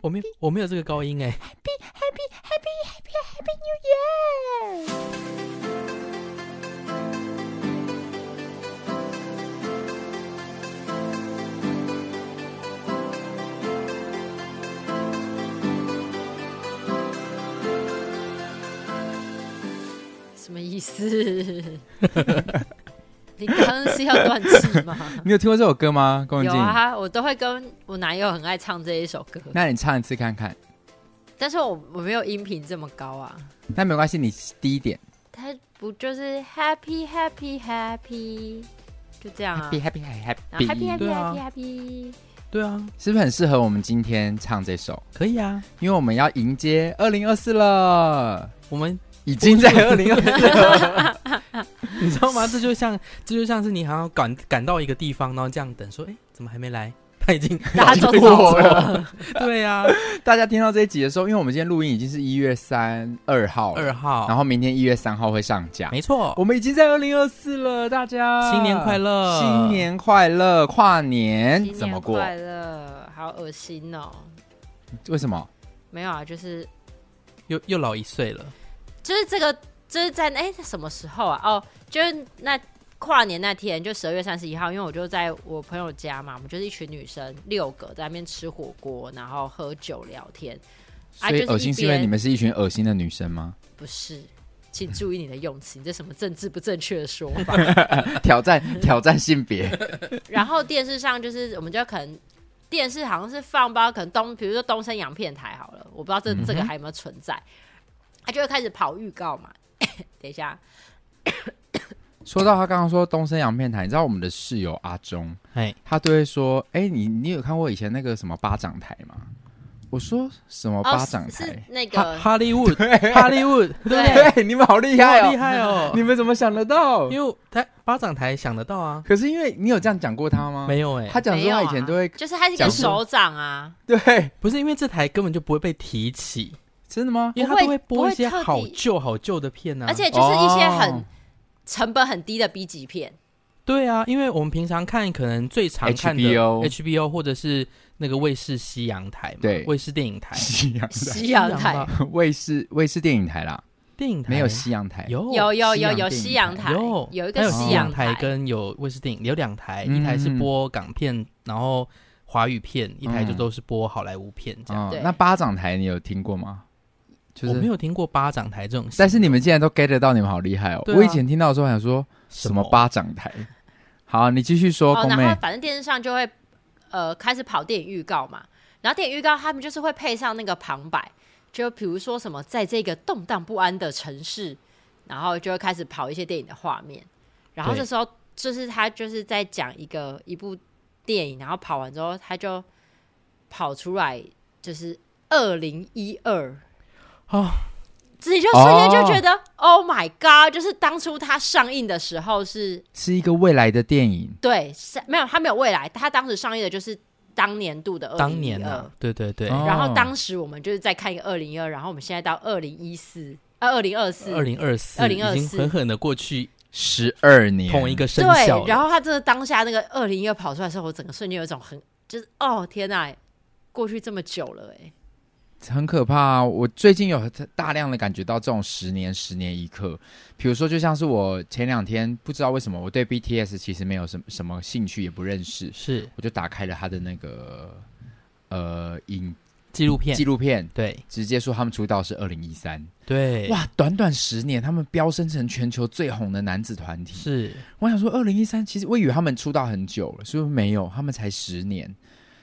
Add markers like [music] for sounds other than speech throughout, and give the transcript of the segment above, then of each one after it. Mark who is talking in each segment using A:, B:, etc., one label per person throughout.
A: 我没有我没有这个高音哎、
B: Happy Happy Happy Happy Happy New Year！
C: 什么意思？ [laughs] 你刚刚是要断气
D: [laughs]
C: 吗？
D: 你有听过这首歌吗？龚文
C: 有
D: 静，
C: 啊，我都会跟我男友很爱唱这一首歌，
D: 那你唱一次看看。
C: 但是我我没有音频这么高啊。
D: 那没关系，你低一点。
C: 他不就是 happy happy happy 就这样啊
D: Happy happy
C: 然后 happy
D: happy
C: happy
A: 对啊
C: happy
D: [laughs]
C: happy
A: 对啊，
D: 是不是很适合我们今天唱这首？
A: 可以啊，
D: 因为我们要迎接二零二四了，
A: 我们 [laughs]
D: 已经在二零
C: [laughs]
D: 二四了。
A: 你知道吗？这就像这就像是你好像赶赶到一个地方，然后这样等，说哎、怎么还没来？ [laughs] 他已经
C: 大家都
D: 已经
C: 走
D: 过了
C: 了，
A: 对啊，
D: [laughs] 大家听到这一集的时候，因为我们今天录音已经是一月三二号了
A: 二，号，
D: 哦然后明天一月三号会上架。
A: 没错，
D: 我们已经在二零二四了，大家
A: 新年快乐
D: 新年快乐，跨年
C: 新
D: 怎么
C: 年
D: 过？
C: 快乐，好恶心哦。
D: 为什么？
C: 没有啊，就是
A: 又又老一岁了，
C: 就是这个，就是在哎、什么时候啊？哦，就是那跨年那天，就十二月三十一号，因为我就在我朋友家嘛，我们就是一群女生六个在那边吃火锅，然后喝酒聊天，啊
D: 所以
C: 就是
D: 恶心
C: 一
D: 是因为
C: 边
D: 你们是一群恶心的女生吗？
C: 不是。请注意你的用
D: [laughs]
C: 词，你这什么政治不正确的说法？
A: [laughs]
D: 挑战挑战性别，
C: 然后电视上就是我们就可能电视好像是放包，可能东比如说东森洋片台好了，我不知道
D: 嗯
C: 这、这个还有没有存在，他就会开始跑预告嘛。 [coughs] 等一下，
D: [laughs] 说到他刚刚说东森洋片台，你知道我们的室友阿忠，
A: 哎，
D: 他都会说：“哎、你你有看过以前那个什么巴掌台吗？”我说：“什么巴掌
C: 哦是是
D: 台
C: 那
A: 哈
C: 个
A: 哈利坞，哈利坞，
C: 对？”
D: 对，你们好厉害
A: 好厉
D: 哦！
A: 害哦，
D: 你们怎么想得到？
A: 因为他巴掌台想得到啊，
D: 可是因为你有这样讲过他吗？
A: 没有哎、
D: 嗯他讲
C: 没
D: 说
C: 有
D: 他
C: 啊
D: 以前都会、
C: 就是它是一
D: 讲
C: 个
D: 述
C: 手掌啊，
D: 对，
A: 不是因为这台根本就不会被提起，
D: 真的吗？
A: 因为
C: 不
A: 他
C: 会
A: 都会
C: 不
A: 播
C: 会
A: 一些
C: 特地
A: 好旧好旧的片啊，
C: 而且就是一些很、
D: 哦
C: 成本很低的 B 级
D: [laughs]
C: 片，
A: 对啊，因为我们平常看可能最常看的
D: HBO
A: HBO 或者是那个卫视西洋台嘛，
D: 对
A: 卫视电影台，
D: 西洋台
C: 西洋台
A: 吧，
D: [laughs] 卫视卫视电影台啦，
A: 电影台啊
D: 没有西洋台，
A: 有
C: 有有有
D: 西洋
C: 有
D: 电
C: 西洋
D: 影
C: 台，
A: 有
C: 有一
A: 还
C: 个
A: 西
C: 洋
A: 台跟有卫视电影有两台，
D: 嗯
A: 一台是播港片，然后华语片，一台就都是播好莱坞片这样。
D: 哦
C: 对
D: 那巴掌台你有听过吗？就
A: 我没
D: 是，
A: 有听过巴掌台这种戏，
D: 但是你们竟然都 get 得到，你们好厉害哦！
A: 对啊
D: 我以前听到的时候想说
A: 什
D: 什么巴掌台。好，你继续说，
C: 哦，
D: 宫
C: 然
D: 妹
C: 后。反正电视上就会呃开始跑电影预告嘛，然后电影预告他们就是会配上那个旁白，就比如说什么在这个动荡不安的城市，然后就会开始跑一些电影的画面，然后
A: 对
C: 这时候就是他就是在讲一个一部电影，然后跑完之后他就跑出来就是二零一二。
A: 哦，
C: 自己就瞬间就觉得、o h my God！就是当初它上映的时候是
D: 是一个未来的电影，
C: 对，是没有，他没有未来，他当时上映的就是当年度的二
A: 当年
C: 哎
A: 啊，对对对，
D: 哦
C: 然后当时我们就是在看一个二零一二，然后我们现在到二零一四，呃，二零二四，
A: 二零二四，
C: 2024
A: 已经狠狠的过去
D: 十二年，
A: 同一个生肖
C: 对
A: 了，，
C: 然后他真的当下那个二零一二跑出来的时候，我整个瞬间有一种很就是哦天哪，过去这么久了哎，
D: 很可怕、啊。我最近有大量的感觉到这种十年、十年一刻。比如说，就像是我前两天不知道为什么，我对 BTS 其实没有什么什么兴趣，也不认识，
A: 是
D: 我就打开了他的那个呃影
A: 纪录片
D: 纪，录片，
A: 对
D: 直接说他们出道是二零一三。
A: 对，
D: 哇，短短十年，他们飙升成全球最红的男子团体。
A: 是
D: 我想说，二零一三其实我以为他们出道很久了，是不是没有？他们才十年，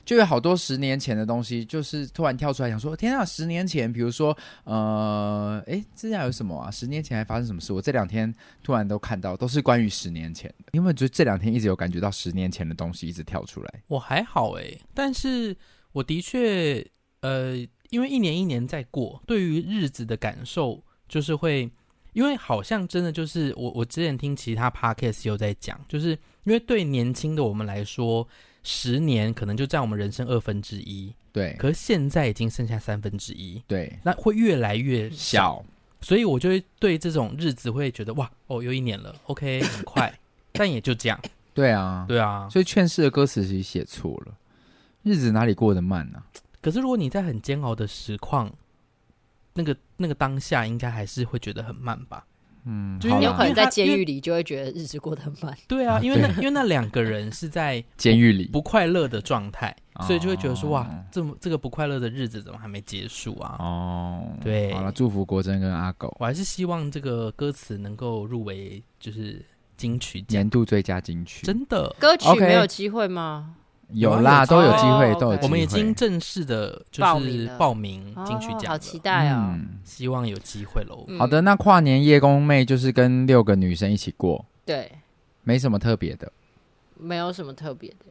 D: 就有好多十年前的东西，就是突然跳出来想说，天啊，十年前，比如说，呃，诶，之前有什么啊？十年前还发生什么事？我这两天突然都看到，都是关于十年前的。因为就这两天一直有感觉到十年前的东西一直跳出来，
A: 我还好哎、但是我的确呃，因为一年一年在过，对于日子的感受就是会，因为好像真的就是我我之前听其他 podcast 有在讲，就是因为对年轻的我们来说，十年可能就占我们人生二分之一，
D: 对
A: 可是现在已经剩下三分之一，
D: 对，
A: 那会越来越少，
D: 小
A: 所以我就会对这种日子会觉得哇哦，又一年了，OK，很快，但也就这样，
D: 对啊，
A: 对啊，
D: 所以劝世的歌词其实写错了，日子哪里过得慢呢、啊
A: 可是如果你在很煎熬的实况，那个那个当下，应该还是会觉得很慢吧？
D: 嗯，
A: 就是
D: 好
A: 你
C: 你
A: 有
C: 有
D: 啦
C: 可能
A: 因为
C: 在
A: 他
C: 监
A: 因为
C: 狱里就会觉得日子过得很慢。
A: 对啊，因为那因为那两个人是在
D: 监狱里
A: 不快乐的状
D: [laughs]
A: 态，所以就会觉得说
D: 哦
A: 哇，这么这个不快乐的日子怎么还没结束啊？
D: 哦，
A: 对
D: 好了，祝福国珍跟阿狗
A: 我还是希望这个歌词能够入围，就是金曲奖，
D: 年度最佳金曲，
A: 真的。
C: 歌曲
D: OK
C: 没有机会吗？
D: 有啦，
A: 有
D: 都
A: 啊
D: 有
A: 有
D: 机
A: 机
D: 会
C: 会，
D: 都有
C: 哦
D: 机会。
A: 我们已经正式的就
C: 报名
A: 是
C: 了
A: 报名嗯金曲
C: 哦
A: 奖了，
C: 好期待啊！
D: 嗯
A: 希望有机会喽。
C: 嗯
D: 好的，那跨年夜公妹就是跟六个女生一起过，
C: 对，
D: 没什么特别的。
C: 没有什么特别的。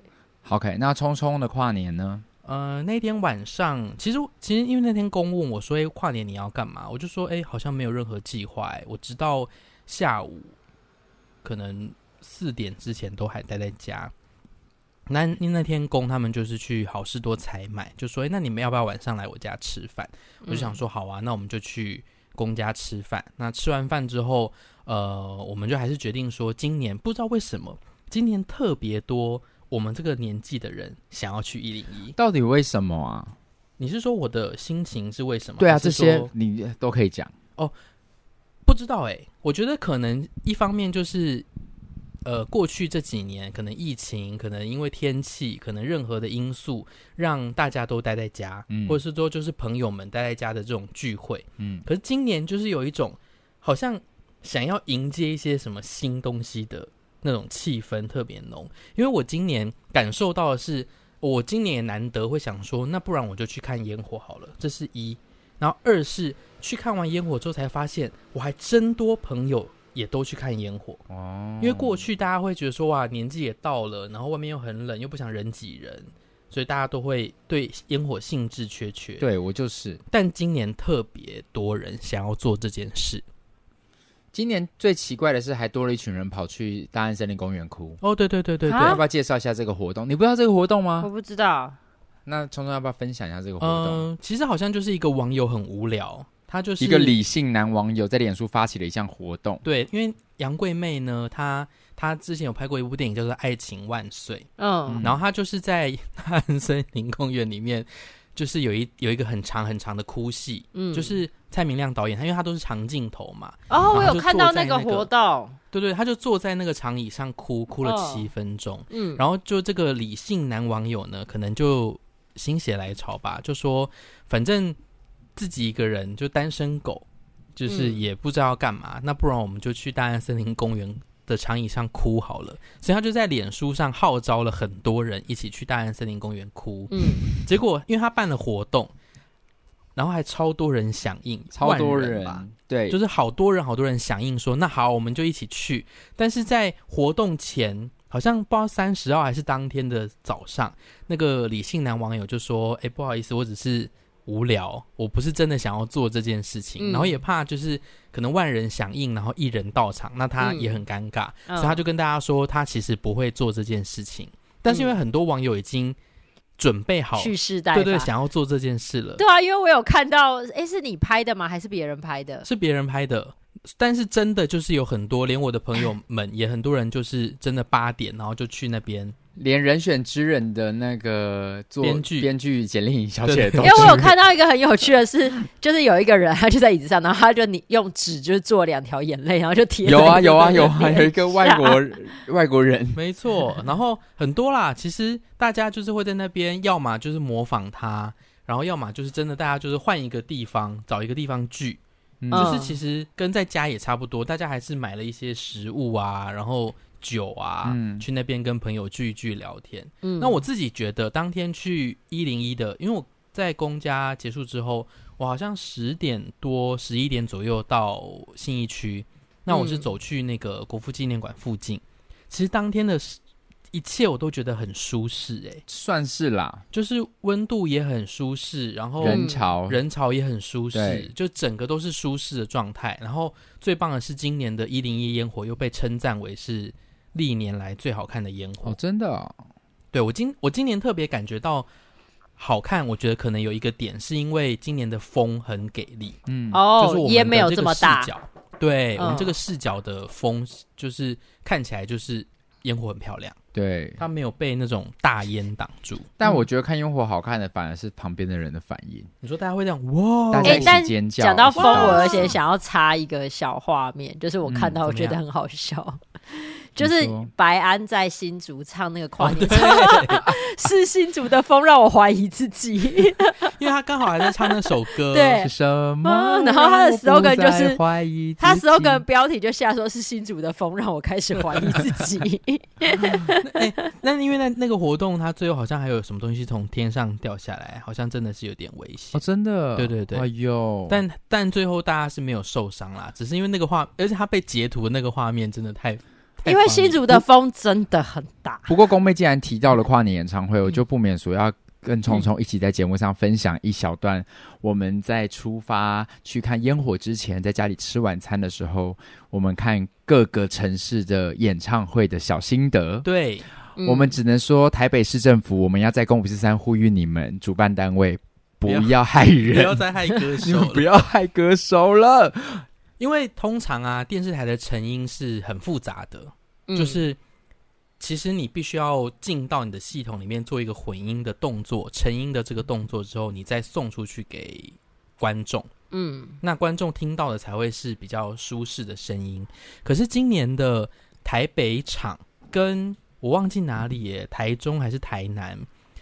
D: OK，那聪聪的跨年呢？
A: 呃，那天晚上，其实其实因为那天公问我说，哎、跨年你要干嘛？我就说，哎、好像没有任何计划、欸诶我直到下午可能四点之前都还待在家。那那天公他们就是去好事多采买，就说，哎、那你们要不要晚上来我家吃饭？我就
C: 嗯
A: 想说，好啊，那我们就去公家吃饭。那吃完饭之后，呃，我们就还是决定说，今年不知道为什么，今年特别多我们这个年纪的人想要去一零一。
D: 到底为什么啊？
A: 你是说我的心情是为什么？
D: 对啊，
A: 还
D: 这
A: 是
D: 些
A: 说
D: 你都可以讲。
A: 不知道哎、我觉得可能一方面就是，呃，过去这几年可能疫情，可能因为天气，可能任何的因素，让大家都待在家，
D: 嗯
A: 或者是说就是朋友们待在家的这种聚会。
D: 嗯，
A: 可是今年就是有一种好像想要迎接一些什么新东西的那种气氛特别浓，因为我今年感受到的是，我今年也难得会想说，那不然我就去看烟火好了，这是一。然后二是去看完烟火之后才发现，我还真多朋友也都去看烟火，
D: 哦
A: 因为过去大家会觉得说哇年纪也到了，然后外面又很冷，又不想人挤人，所以大家都会对烟火兴致缺缺。
D: 对我就是
A: 但今年特别多人想要做这件事。
D: 今年最奇怪的是，还多了一群人跑去大安森林公园哭。
A: 哦，对对对对对，
C: 啊
D: 要不要介绍一下这个活动？你不知道这个活动
C: 我
A: 哦
D: 吗？
C: 不知道，
D: 那聪聪要不要分享一下这个活动？
A: 嗯、其实好像就是一个网友很无聊，他就是
D: 一个理性男网友在脸书发起了一项活动，
A: 对，因为杨贵妹呢，她她之前有拍过一部电影叫做《爱情万岁》，
C: 嗯，
A: 然后她就是在大安森林公园里面，就是有一有一个很长很长的哭戏，
C: 嗯
A: 就是蔡明亮导演，他因为他都是长镜头嘛，
C: 哦，我
A: 然后
C: 有
A: 就
C: 看
A: 坐
C: 到
A: 在
C: 那个
A: 那个
C: 活动，
A: 对对，他就坐在那个长椅上哭，哭了
C: 哦
A: 七分钟。
C: 嗯，
A: 然后就这个理性男网友呢，可能就心血来潮吧，就说反正自己一个人就单身狗，就是
C: 嗯
A: 也不知道要干嘛，那不然我们就去大安森林公园的长椅上哭好了。所以他就在脸书上号召了很多人一起去大安森林公园哭，
C: 嗯，
A: 结果因为他办了活动，然后还超多人响应，
D: 超多
A: 万人吧。
D: 对，
A: 就是好多人好多人响应说，那好，我们就一起去。但是在活动前，好像不知道三十号还是当天的早上，那个理性男网友就说：“哎、不好意思，我只是无聊，我不是真的想要做这件事情。
C: 嗯
A: 然后也怕就是可能万人响应，然后一人到场，那他
C: 嗯
A: 也很尴尬，
C: 嗯
A: [laughs] 所以他就跟大家说，他其实不会做这件事情。但是因为很多网友已经准备好，
C: 蓄势待发。
A: 对对，想要做这件事了。
C: 对啊，因为我有看到，诶，是你拍的吗？还是别人拍的？
A: 是别人拍的，但是真的就是有很多，连我的
D: [laughs]
A: 朋友们也很多人就是真的八点，然后就去那
D: [laughs]
A: 边。
D: 连人选之人的那个做
A: 编剧
D: 编剧简历小
A: 对
D: 姐都
A: 对
C: 因为我有
D: 去
C: 看到一个很有趣的是，就是有一个人他就在椅子上，然后他就你用纸就是做两条眼泪，然后就贴在
D: 有啊
C: 那个
D: 有啊有
C: 人
D: 啊，
C: 脸
D: 有一个外国外国人，
A: 没错，然后很多啦，其实大家就是会在那边，要么就是模仿他，然后要么就是真的大家就是换一个地方，找一个地方聚，
D: 嗯
C: 嗯
A: 就是其实跟在家也差不多，大家还是买了一些食物啊，然后酒啊，
D: 嗯
A: 去那边跟朋友聚一聚聊天。
C: 嗯
A: 那我自己觉得当天去一零一的，因为我在公家结束之后，我好像十点多、十一点左右到信义区，那我是
C: 嗯
A: 走去那个国父纪念馆附近。其实当天的时一切我都觉得很舒适、欸，诶，
D: 算是啦，
A: 就是温度也很舒适，然后
D: 人潮
A: 哦人潮也很舒
D: 对
A: 适，就整个都是舒适的状态。然后最棒的是，今年的一零一烟火又被称赞为是历年来最好看的烟火
D: 哦，。真的哦
A: 对我今我今年特别感觉到好看，我觉得可能有一个点是因为今年的风很给力，
D: 嗯
A: 就是
C: 哦
A: 我，们
C: 烟
A: 的
C: 没有
A: 这个
C: 这么大
A: 视，角，对、我
C: 嗯
A: 们这个视角的风就是看起来就是烟火很漂亮，
D: 对，
A: 它没有被那种大烟挡住。
D: 但我觉得看烟火好看的反而是旁边的人的反应，
A: 你说大家会这样哇？哦
D: 大家
C: 哎
D: 一
C: 但
D: 起尖叫。
C: 讲到风，
D: 哇
C: 我而且想要插一个小画面，就是我看
D: 嗯
C: 到我
A: 怎么
C: 觉得
A: 样
C: 很好笑，就是
D: 你说
C: 白安在新竹唱 [laughs] 那个跨
A: 哦，
C: 年，
A: 对，
C: 是新竹的风让我怀疑自己。
A: 因为他刚好还在唱那首歌，
C: [laughs] 对
D: 是什
A: 啊
D: 么？
C: 然后他的 slogan 就是
D: 怀疑自己
C: 他 slogan 标题就下说是新竹的风让我开始怀疑自 [laughs] 己。
A: 那因为那那个活动，它最后好像还有什么东西从天上掉下来，好像真的是有点危
D: 哦，
A: 险。
D: 真的，
A: 对对对
D: 哎呦，
A: 但但最后大家是没有受伤啦，只是因为那个画，而且他被截图的那个画面真的太，太
C: 因为
A: 荒
C: 新
A: 谬
C: 竹的风真的很
A: 嗯
C: 大，
D: 嗯不过宫妹既然提到了跨年演唱会，我就不免说要。跟聪聪一起在节目上分享一小段我们在出发去看烟火之前，在家里吃晚餐的时候，我们看各个城市的演唱会的小心得。
A: 对，
C: 嗯
D: 我们只能说，台北市政府，我们要在公五十三呼吁你们主办单位不
A: 不
D: 要害
A: 不要
D: 人，
A: 再害歌
D: [laughs] 你
A: 手
D: 们不
A: 了，
D: 要害歌手了。
A: 因为通常啊，电视台的成因是很复杂的，
C: 嗯
A: 就是其实你必须要进到你的系统里面做一个混音的动作，成音的这个动作之后，你再送出去给观众。
C: 嗯
A: 那观众听到的才会是比较舒适的声音。可是今年的台北场跟我忘记哪里耶，台中还是台南，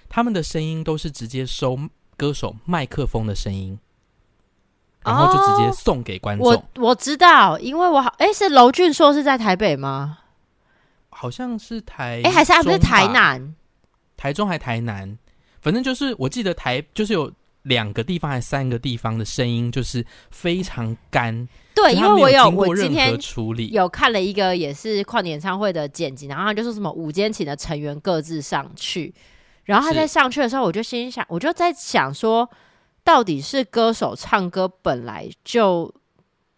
A: 他们的声音都是直接收歌手麦克风的声音，
C: 哦
A: 然后就直接送给观众。
C: 我我知道，因为我好哎、是娄俊硕是在台北吗？
A: 好像是台
C: 哎、还是他不是
A: 中吧
C: 台，南？
A: 台中还台南，反正就是我记得台就是有。两个地方还三个地方的声音就是非常干，
C: 对，
A: 就
C: 因
A: 它
C: 为
A: 没
C: 我
A: 有
C: 有
A: 经过
C: 我今
A: 任何
C: 天
A: 处理，
C: 有看了一个也是跨年演唱会的剪辑，然后他就说什么五间琴的成员各自上去，然后他
A: 是
C: 在上去的时候，我就心想，我就在想说，到底是歌手唱歌本来就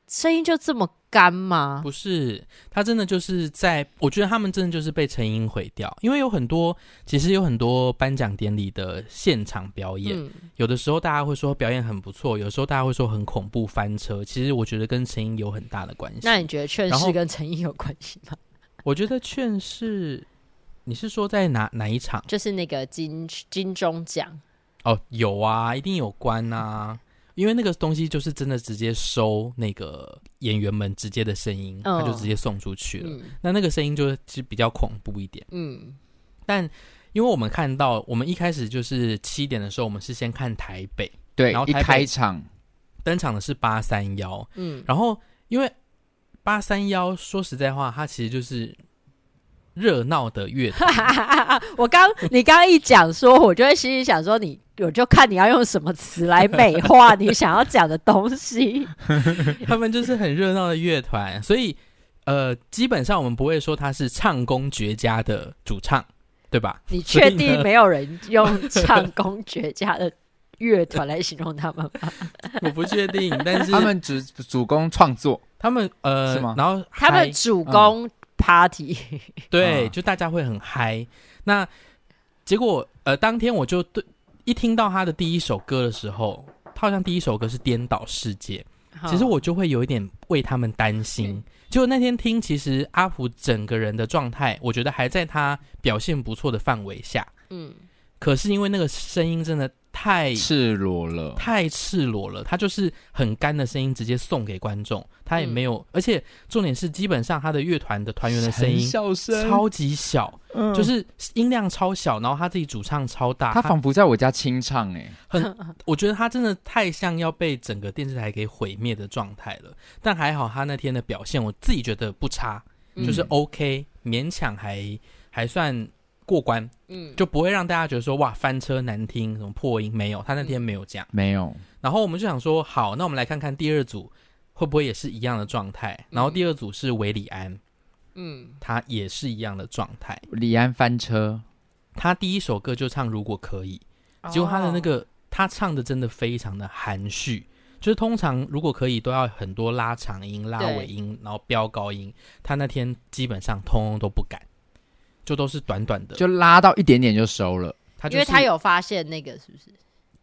C: 声音就这么干吗？
A: 不是，他真的就是在，我觉得他们真的就是被成因毁掉，因为有很多，其实有很多颁奖典礼的现场表演，
C: 嗯，
A: 有的时候大家会说表演很不错，有时候大家会说很恐怖翻车，其实我觉得跟成因有很大的关系。
C: 那你觉得劝
A: 然后
C: 世跟陈毅有关系吗？
A: 我觉得劝是，你是说在哪哪一场？
C: 就是那个金金钟奖，
A: 哦，有啊，一定有关啊。因为那个东西就是真的直接收那个演员们直接的声音，他就
C: 嗯
A: 直接送出去了。
C: 嗯
A: 那那个声音就是其实比较恐怖一点。
C: 嗯
A: 但因为我们看到，我们一开始就是七点的时候，我们是先看台北
D: 对
A: 然后，
D: 一
A: 台北
D: 开场
A: 登场的是八三幺，
C: 嗯，
A: 然后因为八三幺说实在话，它其实就是热闹的乐
D: [laughs]
A: 团，
C: [laughs] 我刚你刚一讲说，我就会心里想说你，我就看你要用什么词来美化你想要讲的东西。 [laughs]
A: 他们就是很热闹的乐团，所以呃，基本上我们不会说他是唱功绝佳的主唱，对
D: [laughs]
A: 吧？
C: 你
A: 所以
C: 确
A: 呢
C: 定没有人用唱功绝佳的乐团来形容他们吗？
A: 我不确定，但是
D: 他们主主攻创作，
A: 他们呃
D: 是吗，
A: 然后
C: [laughs] 他
A: 还
C: 们主攻 [laughs] party，
A: 对，
D: 啊
A: 就大家会很嗨。那结果呃，当天我就对一听到他的第一首歌的时候，他好像第一首歌是《颠倒世界》，其实我就会有一点为他们担心。结果那天听，其实阿普整个人的状态，我觉得还在他表现不错的范围下，
C: 嗯
A: 可是因为那个声音真的太
D: 赤裸了。
A: 太赤裸了，他就是很干的声音直接送给观众，他也
C: 嗯
A: 没有，而且重点是基本上他的乐团的团员的声音
D: 笑
A: 超级小，
D: 嗯
A: 就是音量超小，然后他自己主唱超大，
D: 他仿佛在我家清唱哎、
A: [laughs] 我觉得他真的太像要被整个电视台给毁灭的状态了。但还好他那天的表现，我自己觉得不差，
C: 嗯
A: 就是 OK，、勉强还还算过关，
C: 嗯
A: 就不会让大家觉得说哇翻车难听什么破音没有，他那
D: 嗯
A: 天没有这样。
D: 没有，
A: 然后我们就想说，好，那我们来看看第二组会不会也是一样的状
D: 嗯
A: 态。然后第二组是韦礼安，
C: 嗯
A: 他也是一样的状态。
D: 李安翻车，
A: 他第一首歌就唱《如果可以》，
C: 嗯
A: 结果他的那
C: 哦
A: 个、他唱的真的非常的含蓄，就是通常如果可以都要很多拉长音、拉
C: 对
A: 尾音，然后飙高音。他那天基本上通通都不敢，就都是短短的，
D: 就拉到一点点就收了。
A: 他、
C: 因为他有发现那个是不是？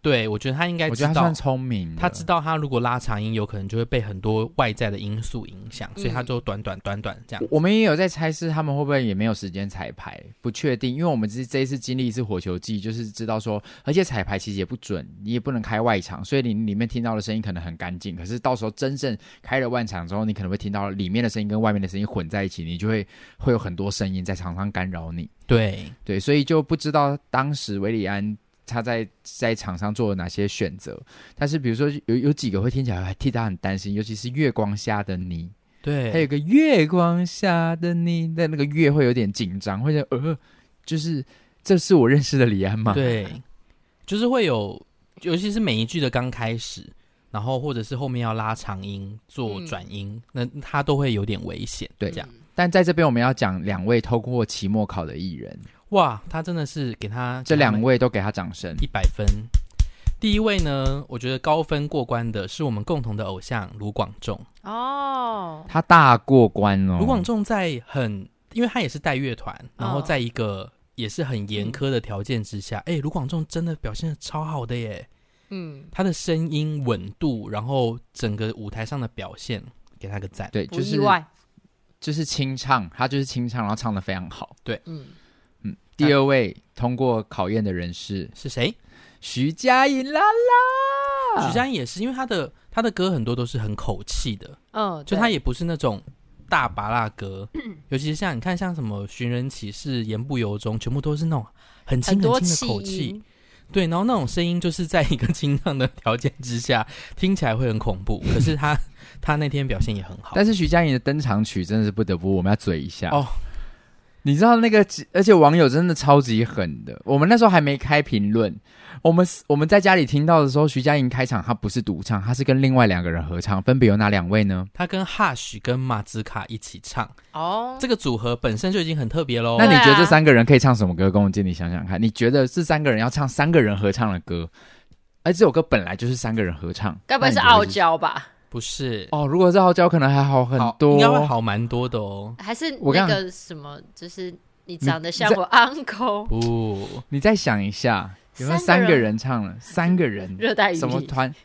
A: 对我觉得他应该
D: 我
A: 知
D: 觉得他
A: 道
D: 算，聪明的，
A: 他知道他如果拉长音，有可能就会被很多外在的因素影响，所以他
C: 嗯
A: 就短短短短这样
D: 我。我们也有在猜是他们会不会也没有时间彩排，不确定，因为我们这这一次经历一次火球季，就是知道说，而且彩排其实也不准，你也不能开外场，所以你里面听到的声音可能很干净，可是到时候真正开了外场之后，你可能会听到里面的声音跟外面的声音混在一起，你就会会有很多声音在场上干扰你。
A: 对，
D: 对，所以就不知道当时维里安他在在场上做了哪些选择。但是比如说有有几个会听起来还替他很担心，尤其是月光下的你，
A: 对，
D: 还有一个月光下的你，那那个月会有点紧张，会觉得呃，就是这是我认识的李安吗？
A: 对，就是会有，尤其是每一句的刚开始，然后或者是后面要拉长音做
C: 嗯
A: 转音，那他都会有点危险。
D: 对
A: 这样
D: 但在这边我们要讲两位透过期末考的艺人，
A: 哇，他真的是给他
D: 这两位都给他掌声。
A: 一百分。第一位呢，我觉得高分过关的是我们共同的偶像卢广仲。
C: 哦，
D: 他大过关哦！
A: 卢广仲在很，因为他也是带乐团，然后
C: 哦
A: 在一个也是很
D: 嗯
A: 严苛的条件之下，哎、卢广仲真的表现的超好的耶。
C: 嗯，
A: 他的声音稳度，然后整个舞台上的表现，给他个赞。
D: 对，
C: 不
D: 就是
C: 意外，
D: 就是清唱，他就是清唱，然后唱的非常好。
C: 嗯，
D: 嗯，第二位通过考验的人是
A: 是谁？
D: 徐佳莹啦啦，
C: 啊
A: 许佳莹也是，因为她的她的歌很多都是很口气的，
C: 嗯，
A: 就
C: 对嗯
A: 她也不是那种大拔辣歌，尤其是像你看像什么《寻人启事》《言不由衷》，全部都是那种很轻
C: 很多
A: 很轻的口
C: 气
A: 气，
C: 音，
A: 对，然后那种声音就是在一个清唱的条件之下，听起来会很恐怖。可是 [laughs] 她她那天表现也很好，
D: 但是徐佳莹的登场曲真的是不得不我们要嘴一下
A: 哦。
D: 你知道那个，而且网友真的超级狠的。我们那时候还没开评论，我们我们在家里听到的时候，徐佳莹开场，她不是独唱，她是跟另外两个人合唱，分别有哪两位呢？
A: 她跟哈许跟马兹卡一起唱，
C: 哦，
A: 这个组合本身就已经很特别喽
D: 那。你觉
C: 对
D: 得
C: 啊
D: 这三个人可以唱什么歌？跟我建议想想看，你觉得这三个人要唱三个人合唱的歌，而这首歌本来就是三个人合唱，
C: 该不会是
D: 那你觉得
C: 傲娇吧？
A: 不是，
D: 哦？如果是傲娇，可能还好很
A: 好
D: 多，
A: 应该会好蛮多的哦。
C: 还是
D: 我
C: 那
D: 刚
C: 个什么，就是你长得像我 uncle， [laughs]
A: 不，
D: 你再想一下，有没有
C: 三
D: 三
C: 个人
D: 个人唱了？三个 [laughs] 人，
C: 热带雨
D: 什么
C: 林，
D: 团？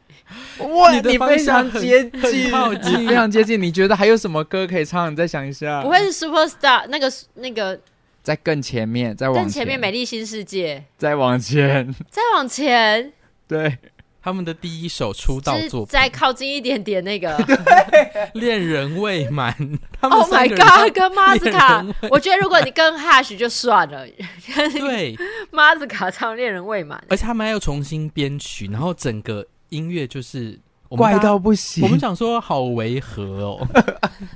D: 哇
A: 你的
D: 你
A: 方
D: 非
A: 向
D: 常
A: 很
D: 接
A: 很
D: 近，
A: 靠近
D: 你非常接近。你觉得还有什么歌可以唱？你再想一下，
C: 不会是 superstar 那个那个
D: 在更前面，再往
C: 更前面美丽新世界，
D: 再往前， [laughs]
C: 再往前
D: 对，
A: 他们的第一首出道
C: 就
A: 作品
C: 是再靠近一点点那个
A: 恋人未满，他们
C: Oh
A: 三
C: my
A: 个人
C: god，跟马子卡
A: 恋人，
C: 我觉得如果你跟 Hush 就算了， [laughs]
A: 对，
C: 马子卡唱恋人未满，
A: 而且他们还要重新编曲，然后整个音乐就是我们
D: 怪
A: 大家
D: 到不行。
A: 我们想说好违和
D: [laughs]
A: 哦，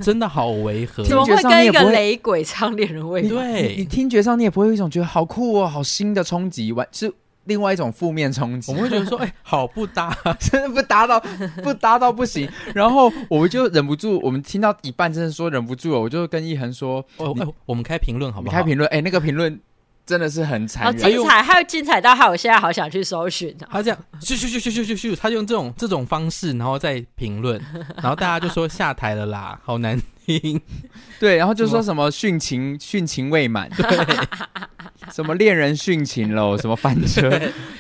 A: 真的好违和。
C: 怎么
D: 听
C: 会
D: 觉上你
C: 跟一
D: 也
C: 个
D: 不会
C: 雷鬼唱恋人未
D: [laughs] 你
C: 满？
A: 对
D: 你你听觉上你也不会有一种觉得好酷哦，好新的冲击，完是另外一种负面冲击。
A: 我们
D: [laughs]
A: 会觉得说，哎、好不搭。
D: 真的不搭到不搭到不行，然后我就忍不住，我们听到一半真的说忍不住了，我就跟一恒说，
A: 哦，
D: [laughs] 你
A: 哎、我们开评论好
D: 我
A: 不
D: 们
A: 好？
D: 开评论，哎、那个评论哦真的是很
C: 好
D: 残忍，
A: 哎呦
C: 哦精彩，还有精彩到害我现在好想去搜寻啊！
A: 他这样咻咻咻咻咻咻咻，他用这种这种方式，然后再评
C: [laughs]
A: 论，然后大家就说下台了啦，好难听。
D: 对，然后就说什么殉情殉情未满， [laughs] 什么恋人殉情喽，什么翻车。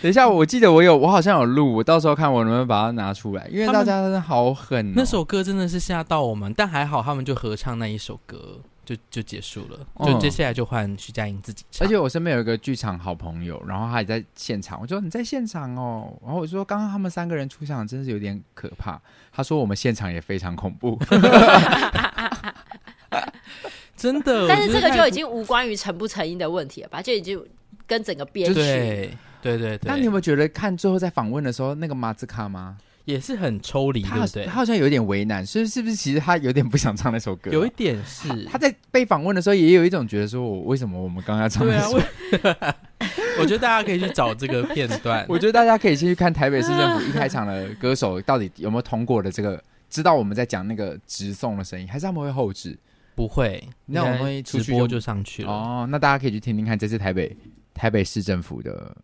D: 等一下，我记得我有，我好像有录，我到时候看我能不能把它拿出来，因为
A: 他
D: 大
A: 们
D: 家真的好狠、哦
A: 那首歌真的是吓到我们，但还好他们就合唱那一首歌，就就结束了。就
D: 嗯
A: 接下来就换徐佳莹自己唱。
D: 而且我身边有一个剧场好朋友，然后他也在现场。我说你在现场哦， [laughs] 然后我说刚刚他们三个人出场真是有点可怕。他说我们现场也非常恐 [laughs] 怖。
A: 真的，
C: 但是
A: 我觉
C: 这
A: 得
C: 个
A: 太
C: 就已经无关于成不成音的问题了吧？就已经跟整个编曲，
A: 对对对对，
D: 那你有没有觉得看最后在访问的时候那个马兹卡吗？
A: 也是很抽离，
D: 他
A: 对
D: 好
A: 不对
D: 他？好像有点为难，是是不是？其实他有点不想唱那首歌啊、
A: 有一点是，
D: 他在被访问的时候也有一种觉得说我为什么我们刚刚要唱
A: 对
D: 那
A: 啊，
D: 首
A: 我我觉得大家可以去找这个片
D: [laughs]
A: 段。
D: 我觉得大家可以先去看台北市政府一开场的歌手到底有没有通过的这个，知道我们在讲那个直送的声音，还是他们会后置
A: 不会，
D: 那
A: 应该
D: 我们一出
A: 直
D: 去
A: 播
D: 就
A: 就上去了。
D: 哦。那大家可以去听听看这次台北台北市政府的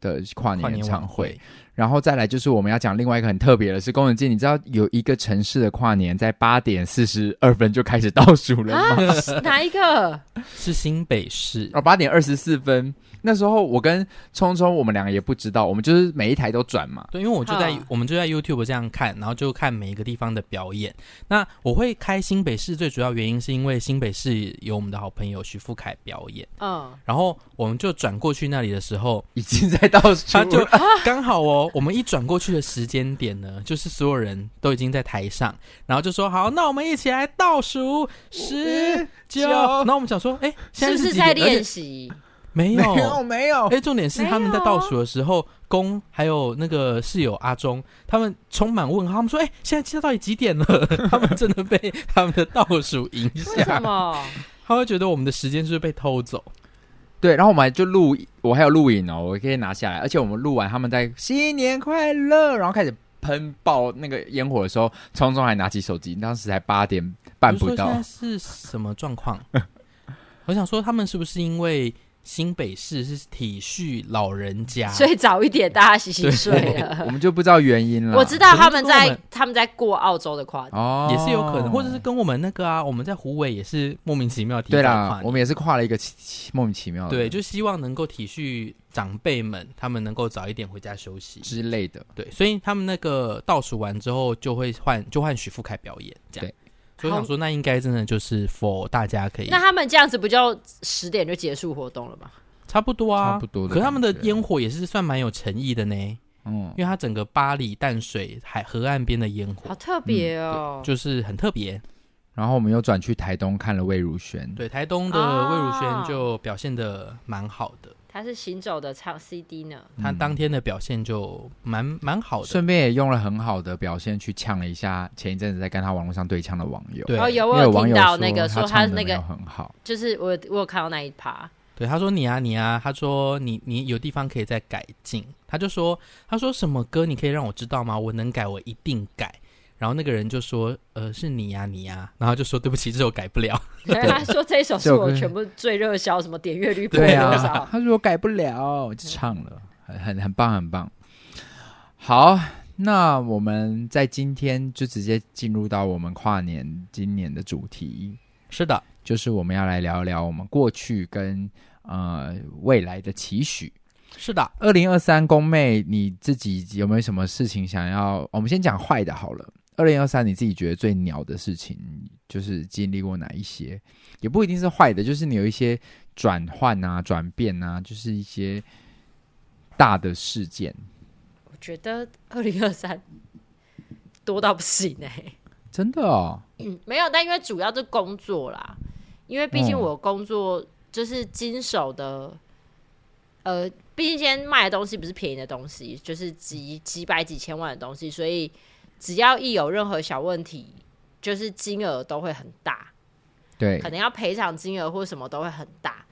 D: 的跨
A: 跨
D: 年演
A: 年晚
D: 唱会，
A: 会，
D: 然后再来就是我们要讲另外一个很特别的是宫崎骏，你知道有一个城市的跨年在八点四十二分就开始倒数了吗？ [laughs]
C: 啊，是哪一个？
A: 是新北市，
D: 哦，八点二十四分。那时候我跟聪聪，我们两个也不知道，我们就是每一台都转嘛。
A: 对，因为我就在
C: 哈
A: 我们就在 YouTube 这样看，然后就看每一个地方的表演。那我会开新北市，最主要原因是因为新北市有我们的好朋友徐富凯表演，
C: 嗯，
A: 然后我们就转过去那里的时候，
D: 已经在倒数
A: 他就
D: 了，
A: [laughs] 刚好哦，我们一转过去的时间点呢，就是所有人都已经在台上，然后就说好，那我们一起来倒数十九。
D: 九
A: 然后我们想说，哎、现在
C: 是不是
A: 几
C: 在
A: 点而且
C: 练习？
A: 没
D: 没有
A: 有。
D: 没有
A: 哎、，重点是他们在倒数的时候，公还有那个室友阿忠，他们充满问号，他们说：“哎、现在现在到底几点了？” [laughs] 他们真的被他们的倒数影
C: 为什
A: 响，
C: 么？
A: 他会觉得我们的时间是不是被偷走。
D: 对，然后我们还就录，我还有录影哦，我可以拿下来。而且我们录完，他们在新年快乐，然后开始喷爆那个烟火的时候，聪聪还拿起手机，当时才八点半
A: 比
D: 不
A: 如说
D: 到
A: 现在。是什么状况？ [laughs] 我想说，他们是不是因为新北市是体恤老人家，
C: 所以早一点大家洗洗睡
D: 我
C: 了。
D: 们就不知道原因了。
C: 我知道他们
A: 可是
C: 在
A: 我们
C: 他们在过澳洲的跨年，
D: 哦，
A: 也是有可能，或者是跟我们那个啊，我们在湖北也是莫名其妙地提
D: 对
A: 早跨
D: 啦，
A: 年
D: 我们也是跨了一个奇奇莫名其妙的
A: 对，就希望能够体恤长辈们，他们能够早一点回家休息。
D: 之类的。
A: 对，所以他们那个倒数完之后，就会换就换许富凯表演这样
D: 对。
A: 所以我想说，那应该真的就是 for 大家可以
C: 那他们这样子不就十点就结束活动了吗？
A: 差不多啊，
D: 差不多的
A: 可是他们的
D: 感觉
A: 烟火也是算蛮有诚意的呢。
D: 嗯
A: 因，为它整个巴黎淡水海河岸边的烟
C: 好
A: 火
C: 特别哦！
A: 就是很特别。
D: 然后我们又转去台东看了魏如萱。
A: 对，台东的
C: 哦
A: 魏如萱就表现的蛮好的，
C: 他是行走的唱 CD 呢，
A: 她当天的表现就蛮蛮好的。
D: 顺便也用了很好的表现去呛了一下前一阵子在跟他网络上对呛的网友，
A: 对
C: 然后哦有
D: 因
C: 我
D: 为网
C: 听
D: 友
C: 到那个说
D: 说
C: 他
D: 唱得
C: 那
D: 没有
C: 个
D: 很好，
C: 就是我我有看到那一趴，
A: 对，他说你啊你啊，他说你你有地方可以再改进，他就说他说什么歌你可以让我知道吗？我能改，我一定改。然后那个人就说呃是你呀、你呀、然后就说对不起，这首改不了。 [laughs]
C: [laughs] 他说这一首是
D: 这首
C: 我
D: 歌
C: 全部最热销，什么点阅率破多
D: 对
C: 少
D: 啊，？他说我改不了，就唱了，很很很棒，很棒。好，那我们在今天就直接进入到我们跨年今年的主题，
A: 是的，
D: 就是我们要来聊一聊我们过去跟呃未来的期许。
A: 是的，
D: 二零二三宫妹，你自己有没有什么事情想要？我们先讲坏的好了。二零二三，你自己觉得最鸟的事情，就是经历过哪一些？也不一定是坏的，就是你有一些转换啊、转变啊，就是一些大的事件，
C: 我觉得二零二三多到不行哎、
D: 真的哦。
C: 嗯， [clears throat] 没有，但因为主要是工作啦，因为毕竟
D: 嗯
C: 我工作就是经手的，呃，毕竟今天卖的东西不是便宜的东西，就是几几百几千万的东西，所以只要一有任何小问题，就是金额都会很大。
D: 对
C: 可，能要赔偿金额或什么都会很大。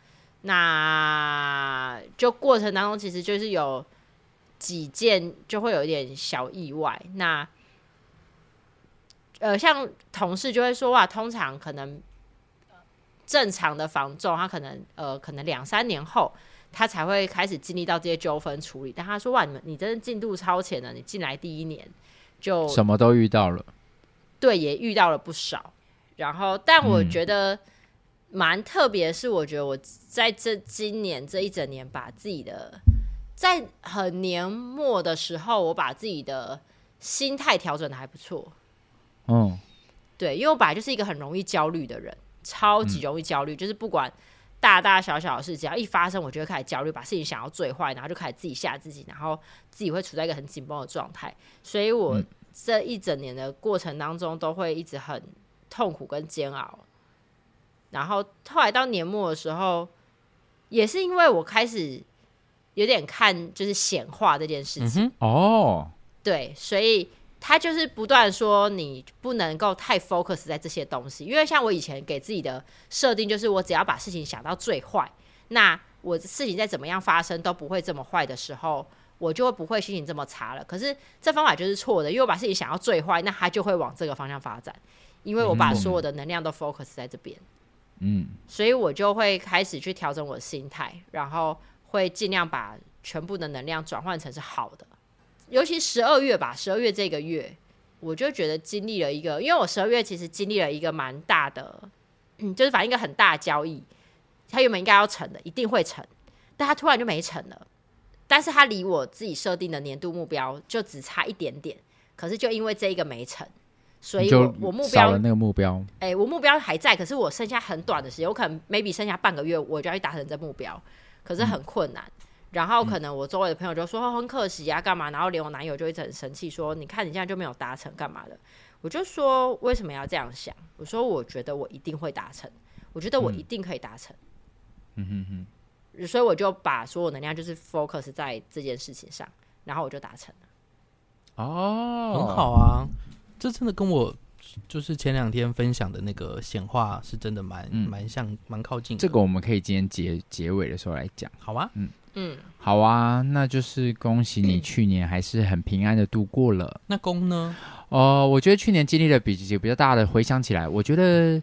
C: 那就过程当中，其实就是有几件就会有一点小意外。那呃，像同事就会说哇，通常可能呃正常的房仲，他可能呃，可能两三年后他才会开始经历到这些纠纷处理。但他说哇，你们你真的进度超前了，你进来第一年就
D: 什么都遇到了，
C: 对，也遇到了不少。然后，但我觉得蛮特别，的是我觉得我在这今年这一整年，把自己的在很年末的时候，我把自己的心态调整的还不错。
D: 嗯，
C: 对，因为我本来就是一个很容易焦虑的人，超
A: 嗯
C: 级容易焦虑，就是不管大大小小的事，只要一发生，我就会开始焦虑，把事情想到最坏，然后就开始自己吓自己，然后自己会处在一个很紧绷的状态。所以
A: 嗯
C: 我这一整年的过程当中，都会一直很痛苦跟煎熬。然后后来到年末的时候，也是因为我开始有点看就是显化这件事
A: 嗯
C: 情，
A: 哼，
D: 哦，
C: 对，所以他就是不断说你不能够太 focus 在这些东西，因为像我以前给自己的设定就是，我只要把事情想到最坏，那我事情再怎么样发生都不会这么坏的时候，我就会不会心情这么差了。可是这方法就是错的，因为我把事情想到最坏，那它就会往这个方向发展，因为我把所有的能量都 focus 在这边。
D: 嗯，
C: 所以我就会开始去调整我的心态，然后会尽量把全部的能量转换成是好的。尤其十二月吧，十二月这个月，我就觉得经历了一个，因为我十二月其实经历了一个蛮大的，嗯，就是反正一个很大的交易，它原本应该要成的，一定会成，但它突然就没成了。但是它离我自己设定的年度目标就只差一点点，可是就因为这一个没成，所
D: 你
C: 以
D: 就
C: 我我目
D: 少
C: 标
D: 了那个目标，
C: 哎、我目标还在，可是我剩下很短的时间，我可能 maybe 剩下半个月，我就要去达成这目标，可是
D: 嗯
C: 很困难。然后可能我周围的朋友就说、哦很可惜啊，干嘛？然后连我男友就一直很生气，说你看你现在就没有达成，干嘛的？我就说为什么要这样想？我说我觉得我一定会达成，我觉得我一定可以达成。
D: 嗯哼哼。
C: 所以我就把所有能量就是 focus 在这件事情上，然后我就达成了。
D: 哦，
A: 很好啊，这真的跟我就是前两天分享的那个显化是真的蛮
D: 嗯
A: 蛮、像蛮靠近的。
D: 这个我们可以今天结结尾的时候来讲。
A: 好啊，
C: 嗯，
D: 好啊，那就是恭喜你去年还是很平安的度过了。
A: 那公呢？
D: 哦、我觉得去年经历了比比较大的，回想起来，我觉得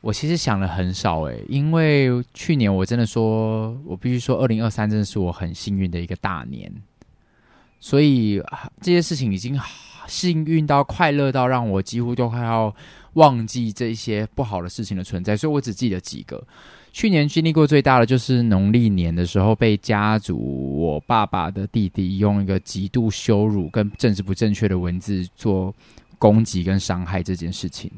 D: 我其实想了很少诶、因为去年我真的说，我必须说，二零二三真的是我很幸运的一个大年，所以、啊这些事情已经幸运到快乐到让我几乎都快要忘记这些不好的事情的存在，所以我只记得几个。去年经历过最大的就是农历年的时候，被家族我爸爸的弟弟用一个极度羞辱跟政治不正确的文字做攻击跟伤害这件事情。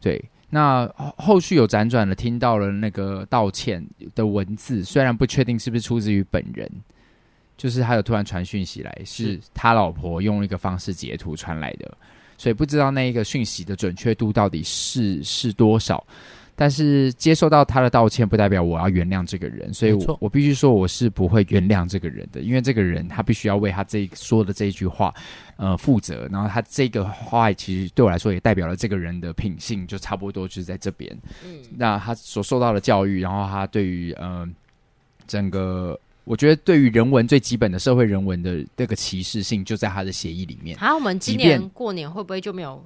D: 对，那后后续有辗转的听到了那个道歉的文字，虽然不确定是不是出自于本人，就是他有突然传讯息来，是他老婆用一个方式截图传来的，所以不知道那一个讯息的准确度到底是是多少。但是接受到他的道歉，不代表我要原谅这个人，所以
A: 没
D: 我
A: 错
D: 我必须说我是不会原谅这个人的，因为这个人他必须要为他这说的这一句话呃负责，然后他这个话其实对我来说也代表了这个人的品性，就差不多就是在这边。
C: 嗯，
D: 那他所受到的教育，然后他对于呃整个，我觉得对于人文最基本的社会人文的这个歧视性，就在他的协议里面。
C: 好、我们今
D: 即便
C: 年过年会不会就没有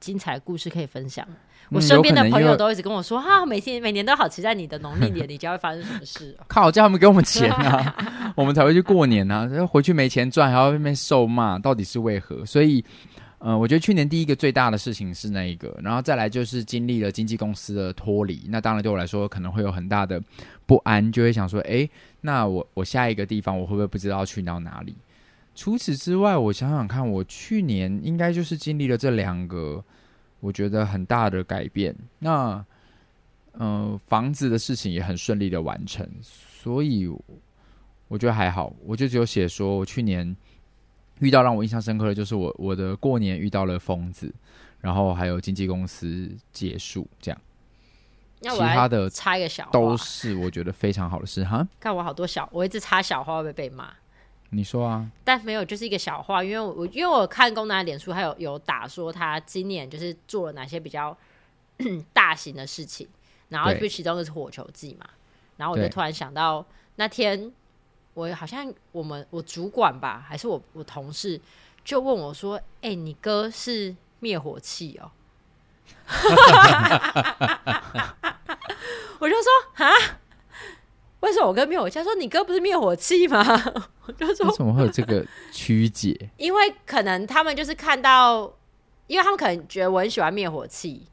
C: 精彩的故事可以分享？我
D: 嗯
C: 身边
D: 有可
C: 的
D: 能
C: 朋
D: 因
C: 友
D: 为
C: 都一直跟我说，哈、每天每年都好期待你的农历年，你知道会发生什么事哦、
D: 靠，叫他们给我们钱啊，我们才会去过年啊。然后回去没钱赚，还要被面受骂，到底是为何？所以，呃，我觉得去年第一个最大的事情是那一个，然后再来就是经历了经纪公司的脱离，那当然对我来说可能会有很大的不安，就会想说，诶，那我我下一个地方我会不会不知道去到哪里？除此之外，我想想看，我去年应该就是经历了这两个，我觉得很大的改变。那嗯，房子的事情也很顺利的完成，所以我觉得还好。我就只有写说，我去年遇到让我印象深刻的就是我我的过年遇到了疯子，然后还有经纪公司结束，这样
C: 那
D: 其
C: 我来
D: 他的
C: 插一个小
D: 都
C: 话，
D: 是我觉得非常好的事哈。
C: 看我好多小，我一直插小话会不会被骂？
D: 你说啊？
C: 但没有，就是一个小话，因为我因为我看龚南的脸书，还有有打说他今年就是做了哪些比较 [clears throat] 大型的事情，然后
D: 对
C: 就其中就是火球季嘛，然后我就
D: 对
C: 突然想到那天我好像我们我主管吧，还是我我同事就问我说：“哎、你哥是灭火器哦？” [laughs] 我就说：“啊，为什么我哥灭火器？”他说：“你哥不是灭火器吗？” [laughs] 我就说
D: 为：“什么会有这个曲解？
C: 因为可能他们就是看到，因为他们可能觉得我很喜欢灭火器，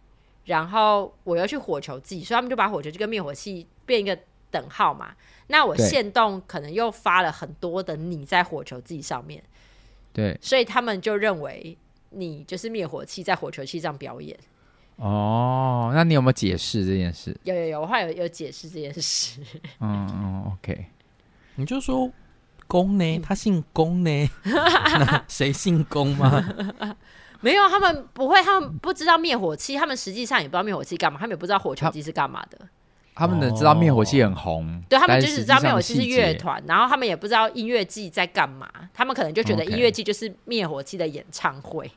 C: 然后我又去火球季，所以他们就把火球季跟灭火器变一个等号嘛。那我
D: 对
C: 线动可能又发了很多的你在火球季上面， [laughs]
D: 对
C: 所以他们就认为你就是灭火器在火球器上表演。
D: 哦，那你有没有解释这件事？
C: 有有有，我后来有有解释这件事。
D: 嗯嗯，OK。
A: 你就说公呢？
D: 嗯
A: 他姓公呢？ [laughs] 那谁姓公吗？
C: 没有，他们不会，他们不知道灭火器，他们实际上也不知道灭火器干嘛，他们也不知道火球季是干嘛的。
D: 他们能知道灭火器很红，
C: 哦对他们
D: 但
C: 就是只
D: 实
C: 知
D: 际
C: 道
D: 上
C: 灭火
D: 的
C: 器是
D: 细
C: 乐
D: 节。
C: 团，然后他们也不知道音乐季在干嘛，他们可能就觉得
D: OK
C: 音乐季就是灭火器的演唱会。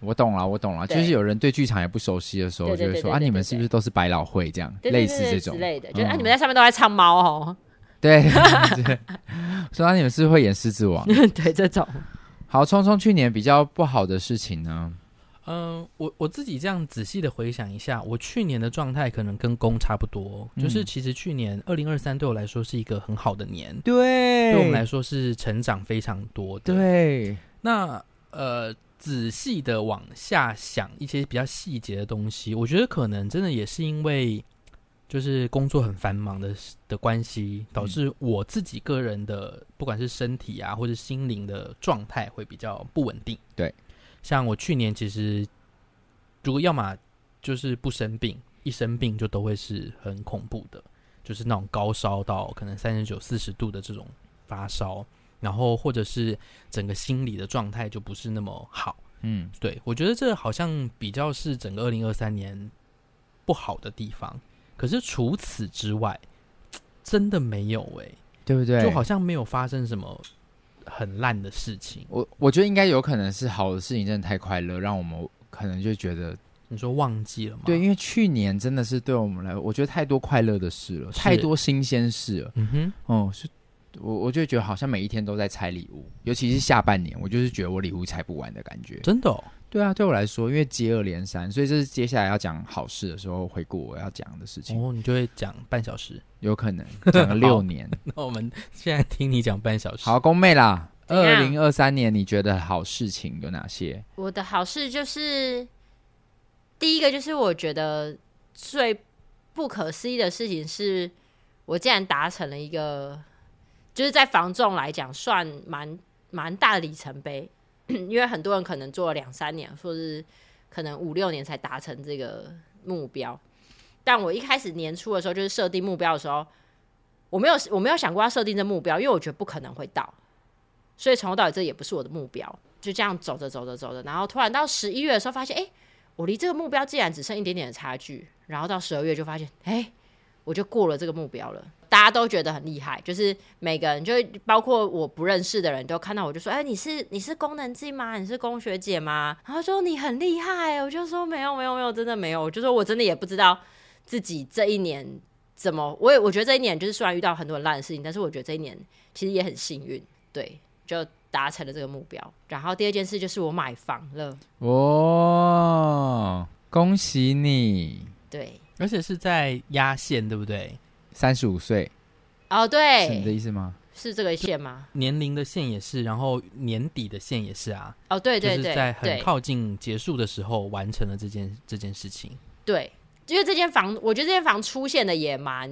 D: 我懂了，我懂了，就
C: 对
D: 是有人对剧场也不熟悉的时候，
C: 对对
D: 就
C: 对
D: 会说
C: 对
D: 啊，
C: 对
D: 你们
C: 对
D: 是不是都是百老汇这样，
C: 对
D: 类
C: 对
D: 似
C: 对
D: 这
C: 对
D: 种
C: 之类的，就是、啊，
D: 嗯
C: 你们在上面都在唱猫哦， [laughs]
D: [laughs] 对，对说啊，你们是不是会演狮子王。
C: 对这种，
D: 好，聪聪去年比较不好的事情呢，
A: 嗯、我我自己这样仔细的回想一下，我去年的状态可能跟公差不多，哦就是
D: 嗯
A: 其实去年二零二三对我来说是一个很好的年，
D: 对
A: 对我们来说是成长非常多的。
D: 对，
A: 那呃，仔细的往下想一些比较细节的东西，我觉得可能真的也是因为就是工作很繁忙的的关系，导致我自己个人的不管是身体啊或者心灵的状态会比较不稳定。
D: 对，
A: 像我去年其实如果要么就是不生病，一生病就都会是很恐怖的，就是那种高烧到可能三十九、四十度的这种发烧，然后或者是整个心理的状态就不是那么好。
D: 嗯，
A: 对我觉得这好像比较是整个二零二三年不好的地方。可是除此之外，真的没有诶、
D: 对不对？
A: 就好像没有发生什么很烂的事情。
D: 我我觉得应该有可能是好的事情真的太快乐，让我们可能就觉得
A: 你说忘记了吗？
D: 对，因为去年真的是对我们来，我觉得太多快乐的事了，
A: 是
D: 太多新鲜事了。
A: 嗯哼，
D: 哦、是我我就觉得好像每一天都在拆礼物，尤其是下半年，我就是觉得我礼物拆不完的感觉。
A: 真的、哦。
D: 对啊，对我来说，因为接二连三，所以这是接下来要讲好事的时候回顾我要讲的事情，
A: 哦，你就会讲半小时。 [laughs]
D: 有可能讲了六年。
A: 那我们现在听你讲半小时。
D: 好，，宫妹啦，
C: 怎
D: 二
C: 样
D: 零二三年你觉得好事情有哪些？
C: 我的好事就是，第一个就是我觉得最不可思议的事情是，我竟然达成了一个，就是在房仲来讲算蛮蛮大的里程碑， [clears throat] 因为很多人可能做了两三年，或是可能五六年才达成这个目标。但我一开始年初的时候，就是设定目标的时候，我没有我没有想过要设定这目标，因为我觉得不可能会到，所以从头到尾这也不是我的目标。就这样走着走着走着，然后突然到十一月的时候，发现哎、诶我离这个目标竟然只剩一点点的差距。然后到十二月就发现，哎、我就过了这个目标了。大家都觉得很厉害，就是每个人，就包括我不认识的人都看到我就说：“哎、你是你是功能进吗？你是宫学姐吗？”然后说你很厉害，我就说没有没有没有，真的没有。我就说我真的也不知道自己这一年怎么，我也我觉得这一年就是虽然遇到很多很烂的事情，但是我觉得这一年其实也很幸运，对，就达成了这个目标。然后第二件事就是我买房了，
D: 哦，恭喜你，
C: 对，
A: 而且是在压线，对不对？
D: 三十五岁，
C: 哦
D: 是你的
C: 对，
D: 意思吗？
C: 是这个线吗？
A: 年龄的线也是，然后年底的线也是啊，
C: 哦对对
A: 就是
C: 对
A: 在
C: 对
A: 很靠近结束的时候完成了这件这件事情。
C: 对，因为这间房，我觉得这间房出现的也蛮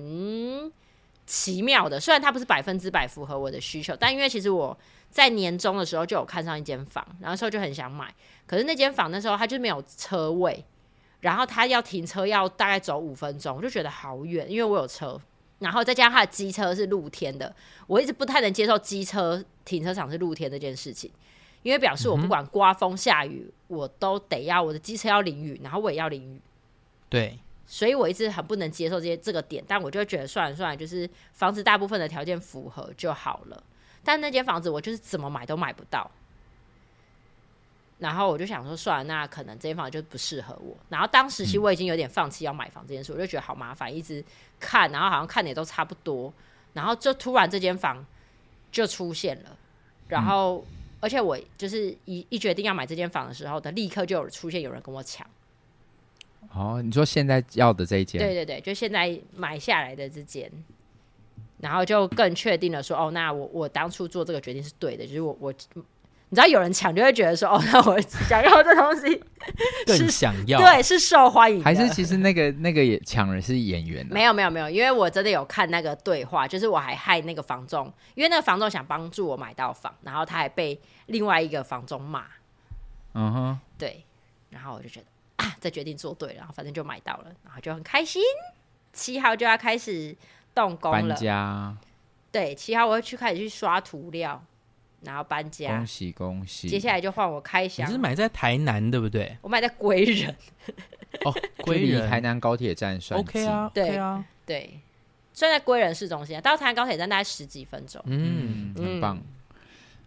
C: 奇妙的。虽然它不是百分之百符合我的需求，但因为其实我在年终的时候就有看上一间房，然后那时候就很想买，可是那间房那时候它就没有车位，然后它要停车要大概走五分钟，我就觉得好远，因为我有车。然后再加上它的机车是露天的，我一直不太能接受机车停车场是露天这件事情，因为表示我不管刮风下雨，我都得要我的机车要淋雨，然后我也要淋雨，
D: [laughs]
A: 对，
C: 所以我一直很不能接受这些这个点，但我就会觉得算了算了，就是房子大部分的条件符合就好了。但那间房子我就是怎么买都买不到，然后我就想说算了，那可能这间房就不适合我。然后当时其实我已经有点放弃要买房这件事，我就觉得好麻烦，一直看，然后好像看的也都差不多，然后就突然这间房就出现了，然后、而且我就是一一决定要买这间房的时候，的立刻就有出现有人跟我抢。
D: 哦，你说现在要的这一间，
C: 对对对，就现在买下来的这间，然后就更确定了说，哦，那我我当初做这个决定是对的，就是我我，你知道有人抢就会觉得说，哦，那我想要这东西，
A: 更想要
C: 对，是受欢迎的，
D: 还是其实那个那个也抢人是演员、啊，
C: 没有没有没有，因为我真的有看那个对话，就是我还害那个房仲，因为那个房仲想帮助我买到房，然后他还被另外一个房仲骂，
D: 嗯哼，
C: 对，然后我就觉得啊，这决定做对了，然后反正就买到了，然后就很开心，七号就要开始动工
D: 搬
C: 了。
D: 家，
C: 对，七号我会去开始去刷涂料，然后搬家
D: 恭。喜恭喜！
C: 接下来就换我开
A: 你
C: 箱
A: 是，买在台南对不对？
C: 我买在归人。 [laughs]
A: 哦，
D: [laughs] 就
A: 归
D: 离台
A: 人
D: 南高铁站算近
A: ，OK 啊，o
C: 对
A: k 啊，
C: 对，虽然在归人市中心啊，到台南高铁站大概十几分钟。
A: 嗯，
D: 嗯，很棒。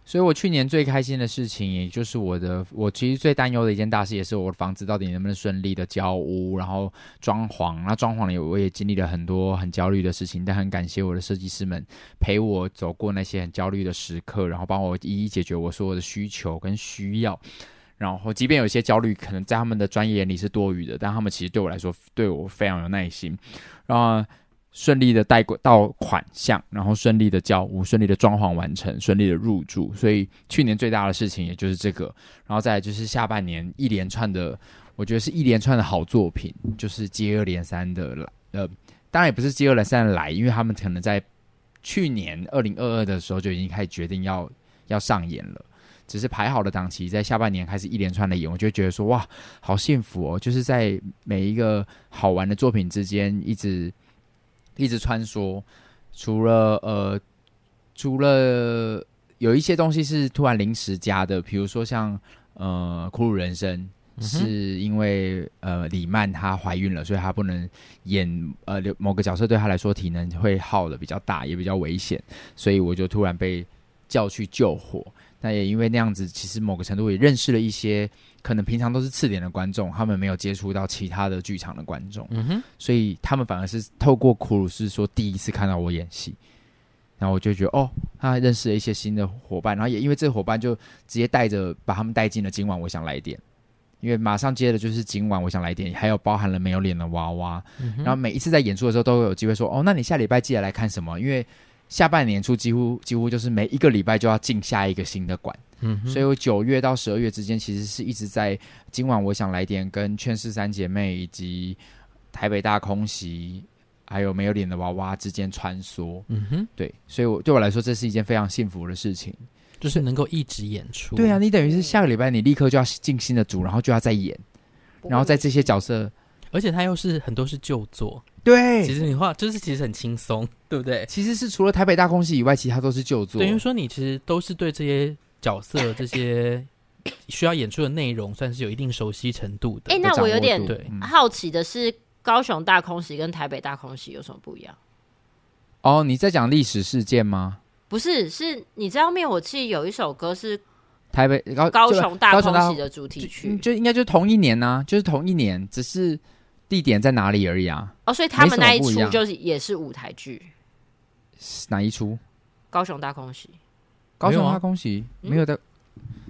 D: 所以我去年最开心的事情，也就是我的，我其实最担忧的一件大事，也是我的房子到底能不能顺利的交屋，然后装潢。那装潢里我也经历了很多很焦虑的事情，但很感谢我的设计师们陪我走过那些很焦虑的时刻，然后帮我一一解决我所有的需求跟需要。然后，即便有一些焦虑，可能在他们的专业眼里是多余的，但他们其实对我来说，对我非常有耐心。然后，顺利的贷过到款项，然后顺利的交屋，顺利的装潢完成，顺利的入住。所以去年最大的事情也就是这个，然后再来就是下半年一连串的，我觉得是一连串的好作品，就是接二连三的来，呃，当然也不是接二连三的来，因为他们可能在去年二零二二的时候就已经开始决定要要上演了。只是排好的档期，在下半年开始一连串的演，我就觉得说哇，好幸福哦！就是在每一个好玩的作品之间一直一直穿梭，除了呃，除了有一些东西是突然临时加的，比如说像呃《苦鲁人生》，是因为呃李曼她怀孕了，所以她不能演呃留某个角色，对她来说体能会耗的比较大，也比较危险，所以我就突然被叫去救火。那也因为那样子，其实某个程度也认识了一些可能平常都是次点的观众，他们没有接触到其他的剧场的观众，
A: 嗯哼，
D: 所以他们反而是透过苦鲁斯说第一次看到我演戏，然后我就觉得哦，他认识了一些新的伙伴，然后也因为这个伙伴就直接带着把他们带进了今晚我想来点，因为马上接的就是今晚我想来点，还有包含了没有脸的娃娃，
A: 嗯哼
D: 然后每一次在演出的时候都有机会说哦，那你下礼拜记得来看什么，因为下半年初几乎几乎就是每一个礼拜就要进下一个新的馆。
A: 嗯哼，
D: 所以我九月到十二月之间，其实是一直在今晚我想来点跟《劝世三姐妹》以及台北大空袭，还有没有脸的娃娃之间穿梭。
A: 嗯哼，
D: 对，所以我对我来说，这是一件非常幸福的事情。
A: 就是能够一直演出。
D: 对啊，，你等于是下个礼拜你立刻就要进新的组，然后就要再演，然后在这些角色，
A: 而且他又是很多是旧作，
D: 对，
A: 其实你话就是其实很轻
D: [laughs]
A: 松，对不对？
D: 其实是除了台北大空袭以外，其他都是哦旧作。
A: 等于说你其实都是对这些角
D: [laughs]
A: 色、这些需要演出的内容，算是有一定熟悉程度的。
C: 哎那我
D: 掌握
C: 有点啊
D: 度
A: 对
D: 嗯
C: 好奇的是，高雄大空袭跟台北大空袭有什么不一样？
D: 哦，你在讲历史事件吗？
C: 不是，是你知道灭火器有一首歌是
D: 台北高
C: 高
D: 就
C: 雄大
D: 高雄
C: 空
D: 大
C: 袭的主题
D: 就
C: 曲
D: 就应该就是同一年呐、就是同一年，只是地点在哪里而已啊。
C: 哦，所以他们那一
D: 没什么不一
C: 出
D: 样
C: 就是也是舞台剧
D: 哪一出？
C: 《高雄大空袭》。
D: 高雄
A: 没有啊
D: 大空袭
C: 嗯
D: 没有的。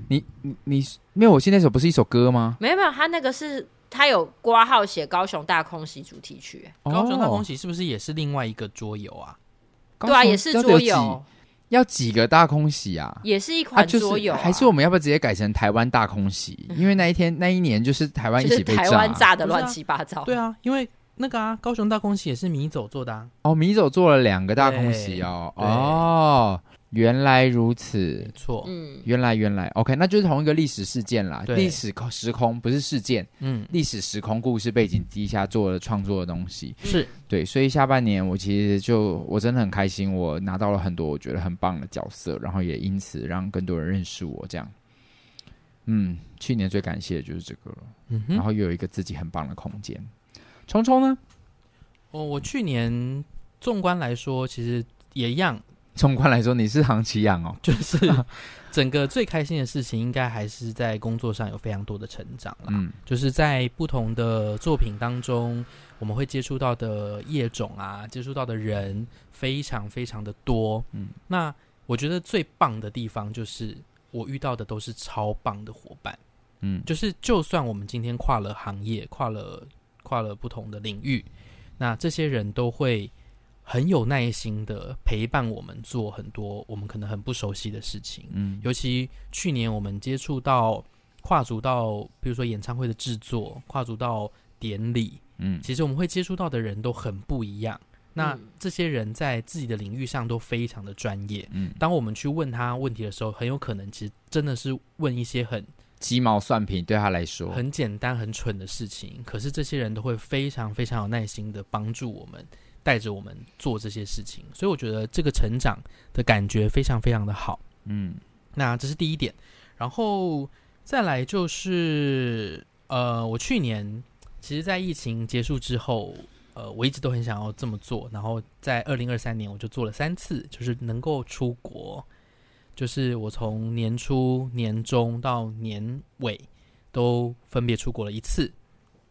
D: 你你你没有？我现在首不是一首歌吗？
C: 没有没有，他那个是他有挂号写高雄大空袭主题曲，
A: 高雄大
D: 哦
A: 空袭是不是也是另外一个桌游啊？
D: 高
C: 对啊，
D: 雄
C: 也是
D: 到底
C: 桌
D: 有
C: 游，
D: 几，要几个大空袭啊？
C: 也是一
D: 啊，
C: 款
D: 就
C: 桌
D: 是
C: 游、嗯
D: 还是我们要不要直接改成台湾大空袭？因为那一天那一年就是台湾一
C: 就是
D: 起被
C: 台
D: 炸
C: 湾
D: 啊，
C: 炸的
A: 不是啊
C: 乱七八糟。
A: 对啊，因为那个啊，高雄大空袭也是米走做的啊。
D: 哦，米走做了两个大空袭哦，
A: 对
D: 哦，原来如此
A: 没，错，
C: 嗯，
D: 原来原来，OK，那就是同一个历史事件啦，
A: 对
D: 历史空时空不是事件，
A: 嗯，
D: 历史时空故事背景底下做的创作的东西。
A: 是
D: 对，所以下半年我其实就我真的很开心，我拿到了很多我觉得很棒的角色，然后也因此让更多人认识我。这样，嗯，去年最感谢的就是这个了，
A: 嗯
D: 然
A: 哼，
D: 后又有一个自己很棒的空间。虫虫呢？
A: 我我去年纵观来说，其实也一样， [laughs]
D: 纵观来说，你是唐奇养哦，
A: 就是 [laughs] 整个最开心的事情，应该还是在工作上有非常多的成长啦。
D: 嗯，
A: 就是在不同的作品当中，我们会接触到的业种啊，接触到的人非常非常的多。嗯
D: 嗯，
A: 那我觉得最棒的地方就是我遇到的都是超棒的伙伴。
D: 嗯
A: 就是就算我们今天跨了行业，跨了跨了不同的领域，那这些人都会很有耐心的陪伴我们做很多我们可能很不熟悉的事情。
D: 嗯
A: 尤其去年我们接触到跨足到，比如说演唱会的制作，跨足到典礼，
D: 嗯
A: 其实我们会接触到的人都很不一样。那
C: 嗯
A: 这些人在自己的领域上都非常的专业。
D: 嗯，
A: 当我们去问他问题的时候，很有可能其实真的是问一些很
D: 鸡毛蒜皮对他来说，
A: 很简单、很蠢的事情，可是这些人都会非常非常有耐心的帮助我们，带着我们做这些事情。所以我觉得这个成长的感觉非常非常的好。
D: 嗯
A: 那这是第一点，然后再来就是呃，我去年其实，在疫情结束之后，呃，我一直都很想要这么做，然后在二零二三年我就做了三次，就是能够出国，就是我从年初、年中到年尾都分别出国了一次，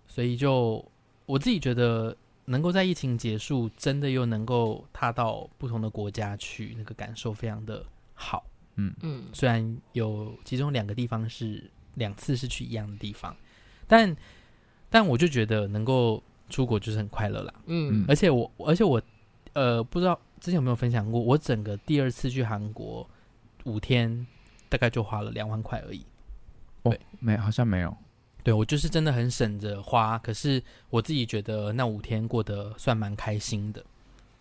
A: 所以就我自己觉得。能够在疫情结束，真的又能够踏到不同的国家去，那个感受非常的好。
C: 嗯，
A: 虽然有其中两个地方是两次是去一样的地方，但但我就觉得能够出国就是很快乐啦。
C: 嗯
A: 而且我而且我呃，不知道之前有没有分享过，我整个第二次去韩国五天，大概就花了两万块而已。
D: 没，好像没有。
A: 对我就是真的很省着花，可是我自己觉得那五天过得算蛮开心的。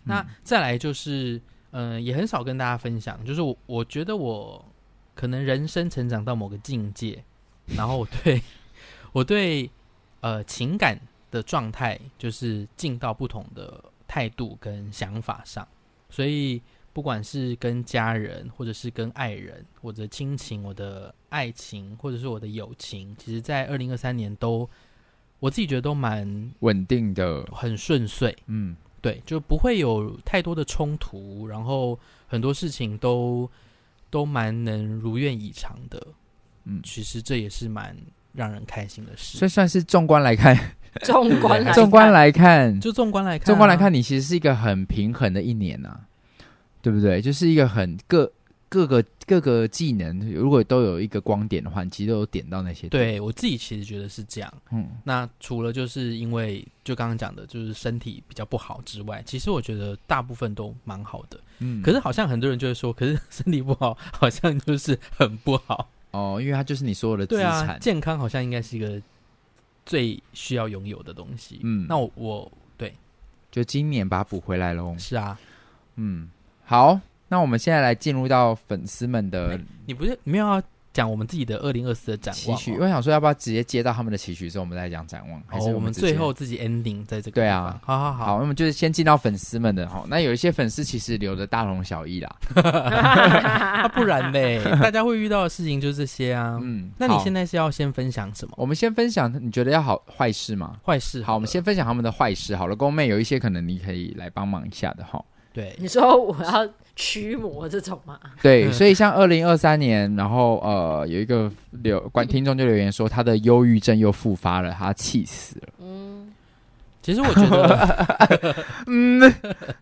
A: 那再来就是，呃，也很少跟大家分享，就是我我觉得我可能人生成长到某个境界，然后我对 [laughs] 我对呃情感的状态就是进到不同的态度跟想法上，所以不管是跟家人，或者是跟爱人，我的亲情、我的爱情，或者是我的友情，其实在二零二三年都我自己觉得都蛮
D: 稳定的，
A: 很顺遂。
D: 嗯，
A: 对，就不会有太多的冲突，然后很多事情都都蛮能如愿以偿的。
D: 嗯
A: 其实这也是蛮让人开心的事。
D: 所以算是纵观来看，
C: 纵观来看，
D: 纵观来看，
A: 就纵观来看、
D: 纵观来看，，你其实是一个很平衡的一年呐、对不对？就是一个很各各个各个技能，如果都有一个光点的话，你其实都有点到那些。，
A: 对我自己其实觉得是这样。
D: 嗯，
A: 那除了就是因为就刚刚讲的，就是身体比较不好之外，其实我觉得大部分都蛮好的。
D: 嗯
A: 可是好像很多人就会说，可是身体不好，好像就是很不好。
D: 哦，因为它就是你所有的资
A: 对啊
D: 产，，
A: 健康好像应该是一个最需要拥有的东西。
D: 嗯
A: 那我我对
D: 就今年把它补回来喽。
A: 是啊，
D: 嗯，好，那我们现在来进入到粉丝们的
A: 你不是你没有要讲我们自己的二零二四的展
D: 期
A: 望、
D: 许，
A: 哦
D: 我？想说要不要直接接到他们的期许之后，我们再讲展望？还
A: 哦
D: 是，
A: 我们
D: 直
A: 最
D: 接
A: 后自己 ending 在这个
D: 对
A: 地
D: 啊
A: 方，好好
D: 好， [laughs]
A: 好，
D: 那么就是先进到粉丝们的哈。那有一些粉丝其实留的大同小异啦。
A: 啊、不然
D: [laughs]
A: 嘞，大家会遇到的事情就这些啊。
D: 嗯，
A: 那你
D: 好
A: 现在是要先分享什么
D: 我们先分享，你觉得要好坏事吗？
A: 坏事了？
D: 好，我们先分享他们的坏事。好了，宫妹有一些可能你可以来帮忙一下的 [laughs] 哈。
A: 对
C: [laughs] 你说我要驱魔这种吗？
D: 对，所以像二零二三年，然后呃，有一个留观听众就留言说，他的忧郁症又复发了，他气死了。
C: 嗯，
A: 其实我觉
D: [laughs]
A: 得
D: 嗯，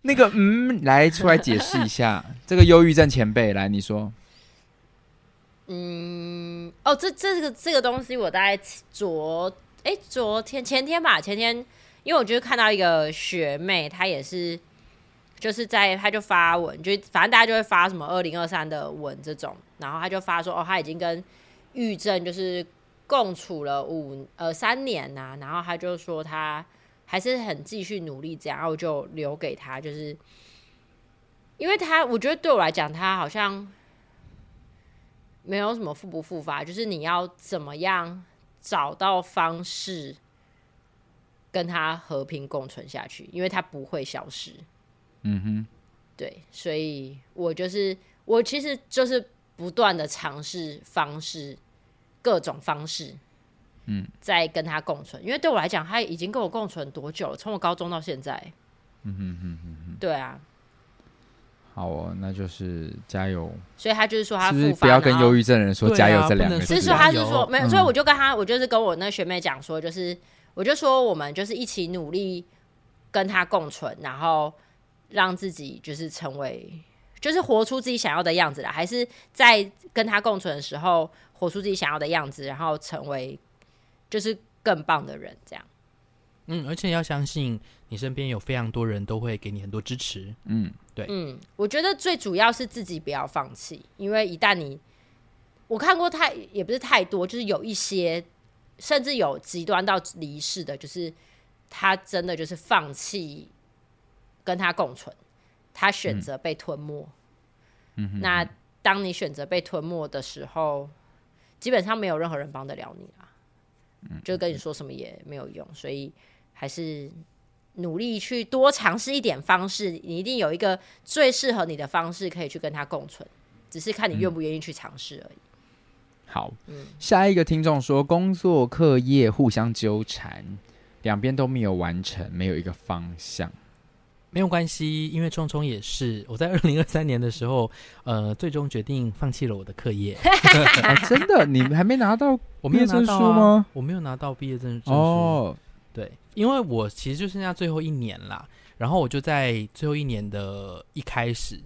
D: 那个嗯，来出来解释一 [laughs] 下这个忧郁症前辈，来你说，
C: 嗯，哦，这这个这个东西，我大概昨哎、昨天前天吧，前天，因为我就是看到一个学妹，她也是就是在她就发文，就反正大家就会发什么二零二三的文这种，然后她就发说哦，她已经跟郁症就是共处了五呃三年呐、然后她就说她还是很继续努力这样，然后我就留给她，就是因为她我觉得对我来讲，她好像。没有什么复不复发，就是你要怎么样找到方式跟它和平共存下去，因为它不会消失。
D: 嗯哼，
C: 对，所以我就是我其实就是不断的尝试方式，各种方式，
D: 嗯，
C: 在跟它共存。因为对我来讲，它已经跟我共存多久了？从我高中到现在，
D: 嗯哼哼哼，
C: 对啊，
D: 好哦，那就是加油，
C: 所以他就是说他
D: 是
C: 复发，
D: 不是不要跟
C: 然后
D: 忧郁症的人说
A: 对啊
D: 加油这两
A: 不
D: 个
A: 能
D: 字
C: 是
A: 说
D: 啊？
C: 说他是说
A: 有
C: 没有，所以我就跟他，我就是跟我那学妹讲说，就是我就说我们就是一起努力跟他共存，然后让自己就是成为，就是活出自己想要的样子啦，还是在跟他共存的时候活出自己想要的样子，然后成为就是更棒的人，这样。
A: 嗯，而且要相信你身边有非常多人都会给你很多支持。
D: 嗯，
C: 嗯，我觉得最主要是自己不要放弃，因为一旦你，我看过太也不是太多，就是有一些甚至有极端到离世的，就是他真的就是放弃跟他共存，他选择被吞没。嗯、那当你选择被吞没的时候，基本上没有任何人帮得了你啦，就跟你说什么也没有用，所以还是努力去多尝试一点方式，你一定有一个最适合你的方式可以去跟他共存，只是
D: 嗯
C: 看你愿不愿意去尝试而已。
D: 好，下一个听众说，工作课业互相纠缠，两边都没有完成，没有一个方 [laughs] 向。
A: 没有关系，因为聪聪也是我在二零二三年的时候，呃，最终决定放弃了我的课
D: [laughs]
A: 业。
D: 哦，真的，你还没拿到
A: 我没有
D: 毕业
A: 拿
D: 证
A: 到、
D: 书
A: 啊、
D: 吗？
A: 我没有拿到毕业证证书。
D: 哦，
A: 对，因为我其实就剩下最后一年啦，然后我就在最后一年的一开始，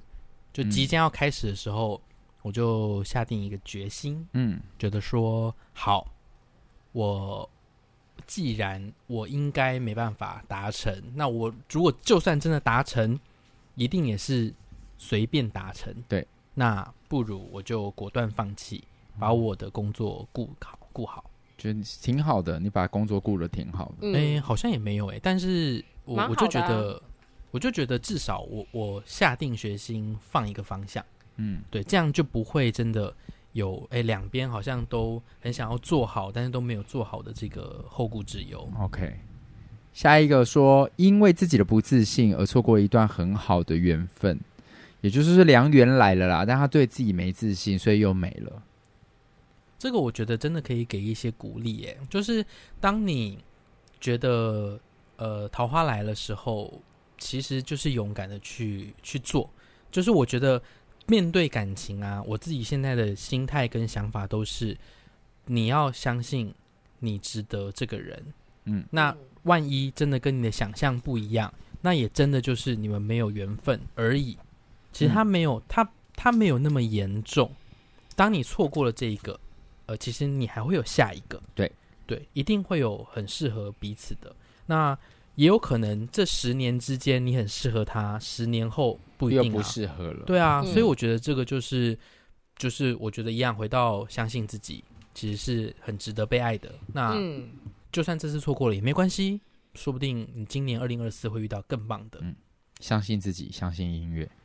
A: 就即将要开始的时候，我就下定一个决心，
D: 嗯
A: 觉得说好，我既然我应该没办法达成，那我如果就算真的达成，一定也是随便达成。
D: 对，
A: 那不如我就果断放弃，把我的工作顾好顾好。
D: 觉得挺好的，你把工作顾得挺好的。
A: 哎、
C: 嗯，
A: 好像也没有哎、但是我、
C: 蛮好
A: 我
C: 的啊
A: 就觉得，我就觉得至少我我下定决心放一个方向，
D: 嗯，
A: 对，这样就不会真的有哎两边好像都很想要做好，但是都没有做好的这个后顾之忧。
D: OK，下一个说，因为自己的不自信而错过一段很好的缘分，也就是良缘来了啦，但他对自己没自信，所以又没了。
A: 这个我觉得真的可以给一些鼓励耶，就是当你觉得呃桃花来的时候，其实就是勇敢的去去做。就是我觉得面对感情啊，我自己现在的心态跟想法都是，你要相信你值得这个人。
D: 嗯，
A: 那万一真的跟你的想象不一样，那也真的就是你们没有缘分而
D: 嗯
A: 已。其实他没有，他他没有那么严重。当你错过了这一个，呃，其实你还会有下一个。
D: 对
A: 对，一定会有很适合彼此的。那也有可能这十年之间你很适合他，十年后不一
D: 又
A: 定、啊、
D: 不适合了。，
A: 对啊，
C: 嗯
A: 所以我觉得这个就是，就是我觉得一样，回到相信自己，其实是很值得被爱的。
D: 啊
A: 那、
C: 嗯，
A: 就算这次错过了也没关系，说不定你今年二零二四会遇到更棒
D: 嗯
A: 的。
D: 相信自己，相信音乐。
C: 嗯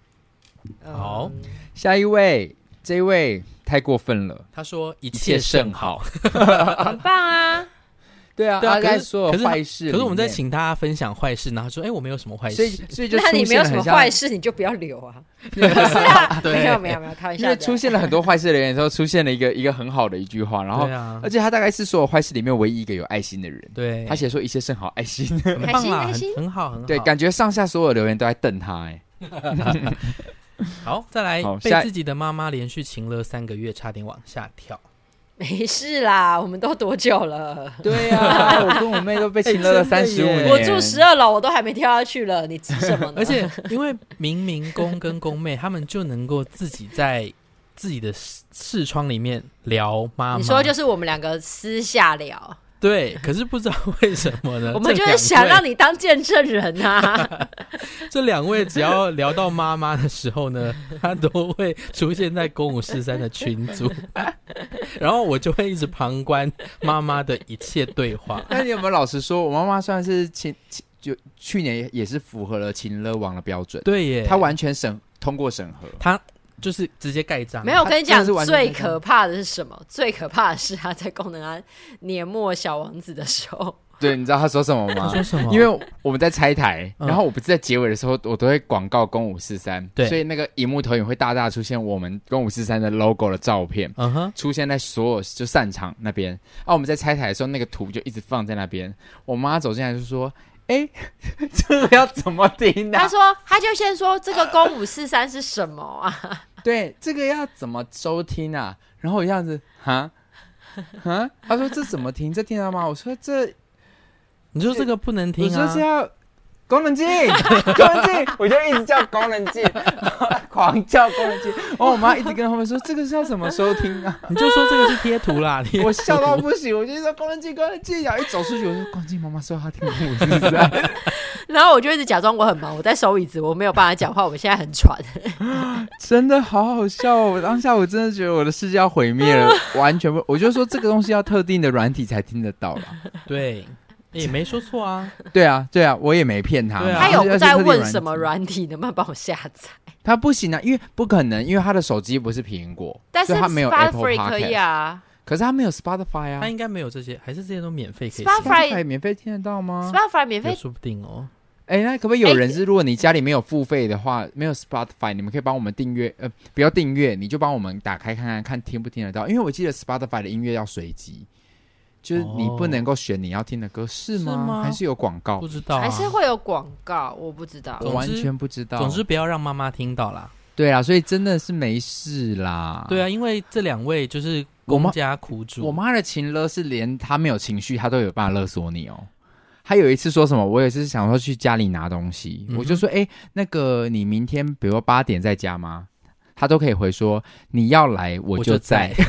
A: 好，
D: 下一位，这一位太过分了，
A: 他说一
D: 一
A: 切
D: 甚
A: 甚好，。
C: 很棒啊！
D: 对啊，
A: 对啊
D: 他
A: 可是
D: 在所
A: 可
D: 有
A: 是他
D: 坏事里
A: 可
D: 面，
A: 是我们在请他分享坏事，然后他说：“哎，我没有什么坏
D: 所以
A: 事。
D: [laughs] 所以就
C: 那你
D: 出
C: 没
D: 现
C: 有
D: 了
C: 什么
D: 很像
C: 坏事，你就不要留
D: [laughs]
C: 啊！ [laughs]
A: 对
C: 没有没有没有，开玩
D: 因
C: 笑
D: 为
C: 的。
D: 出现了很多坏事的人之后，出现了一个一个很好的一句话，”
A: [laughs]
D: 然后
A: 对啊
D: 而，且他大概是所有坏事里面唯一一个有爱心的人。
A: 对，
D: 他写说一切甚好，
A: [laughs]
D: 爱心。
A: 很棒啦，
C: 开心开
A: 很
C: 心
A: 很好，很好。
D: 对，感觉上下所有留言都在瞪他、哎，
A: 好，再来
D: 好
A: 被
D: 下
A: 自己的妈妈连续情了三个月，差点往下跳。
C: 没事啦，我们都多久了？
D: 对啊， [laughs] 我跟我妹都被亲了三十
A: 哎
D: 五
A: 真的
D: 年。
A: 耶
C: 我住十二楼，我都还没跳下去了，你急什么呢？
A: 而且，因为明明公跟公妹他们就能够自己在自己的视视窗里面聊妈妈，
C: 你
D: 啊
C: 说就是我们两个私下聊，
A: 对，可是不知道为什么
D: 呃
A: 呢？
C: [laughs] 我们就是
A: 这两
C: 想
A: 位
C: 让你当见证人啊！
A: [laughs] 这两位只要聊到妈妈的时候呢， [laughs] 她都会出现在公五四三的群组， [laughs] 然后我就会一直旁观妈妈的一切对话。
D: 那你有没有老实说，我妈妈算是亲亲，就去年也也是符合了亲乐网的标准，
A: 对耶，
D: 她完全审通过审核。
A: 她就是直接盖章，
C: 没有，我跟你讲
D: 他真的是，完全
C: 最
D: 开放
C: 可怕的是什么？最可怕的是他在功能安年末小王子的时候，
D: 对，你知道她说什么
A: 她 [laughs]
D: 吗
A: 说？什么？
D: 因为我们在拆台，
A: 哦嗯
D: 然后我不是在结尾的时候，我都会广告公五四三，
A: 对
D: 所以那个荧幕投影会大大出现我们公五四三的 logo 的照片。
A: 嗯哼，
D: 出现在所有就散场那边。啊，我们在拆台的时候，那个图就一直放在那边。我妈走进来就说：“哎、 [laughs] 这个要怎么听
C: [laughs] [laughs]
D: 啊呢、
C: 他说他就先说这个公五四三是什么啊？
D: 对，这个要怎么收听啊？”然后我这样子，哈，哈，她说：“这怎么听？这听得到吗？”我说：“这，
A: 你说这个不能
D: 我
A: 听
D: 说
A: 啊
D: 是。要。”功能镜， [laughs] 功能镜，我就一直叫功能镜， [laughs] 狂叫功能镜。然哦后我妈一直跟他们说，这个是要怎么收听啊？
A: 你就说这个是贴图啦，贴
D: [laughs] 我笑到不行，我就说光能镜，光能镜，然后一走出去，我说光能镜妈妈说她听不懂我是不是啊？
C: [laughs] 然后我就一直假装我很忙，我在收椅子，我没有办法讲话，我现在很喘。
D: 真的好好笑哦！我当下我真的觉得我的世界要毁灭 [laughs] 了，完全不，我就说这个东西要特定的软体才听得到啦。
A: 对，也没说错啊。
D: 对啊，对啊，我也没骗他嘛，
A: 对啊
C: 他有不在问什么
D: 软，
C: 软体能不能帮我下载，
D: 他不行啊，因为不可能，因为他的手机不是苹果，
C: 但是
D: 所以他没有 Apple
C: Spotify
D: Podcast，
C: 可以啊
D: 可是他没有 Spotify 啊
A: [laughs] 他应该没有这些，还是这些都免费可以
C: Spotify-
A: 听，
D: ，Spotify 免费听得到吗？
C: ，Spotify
A: 也
C: 免费
A: 说不定哦。
D: 哎、那可不可以有人是，如果你家里没有付费的话，没有 Spotify，你们可以帮我们订阅，呃，不要订阅，你就帮我们打开看看，看听不听得到？因为我记得 Spotify 的音乐要随机，就是你
A: 哦
D: 不能够选你要听的歌，是吗？
A: 是吗
D: 还是有广告
A: 不？知道啊
C: 还是会有广告，我不知道。
D: 我
A: 总
D: 完
A: 之
D: 全不知道。
A: 总之，不要让妈妈听到啦。
D: 对啊，所以真的是没事啦。
A: 对啊，，因为这两位就是
D: 哦我
A: 公
D: 妈
A: 家苦主，
D: 我妈的情勒是连她没有情绪，她都有办法勒索你哦。她有一次说什么，我也是想说去家里拿东西，
A: 嗯哼
D: 我就说，哎、那个你明天比如八点在家吗？她都可以回说你要来我
A: 我
D: 就
A: 就
D: 在。 [laughs]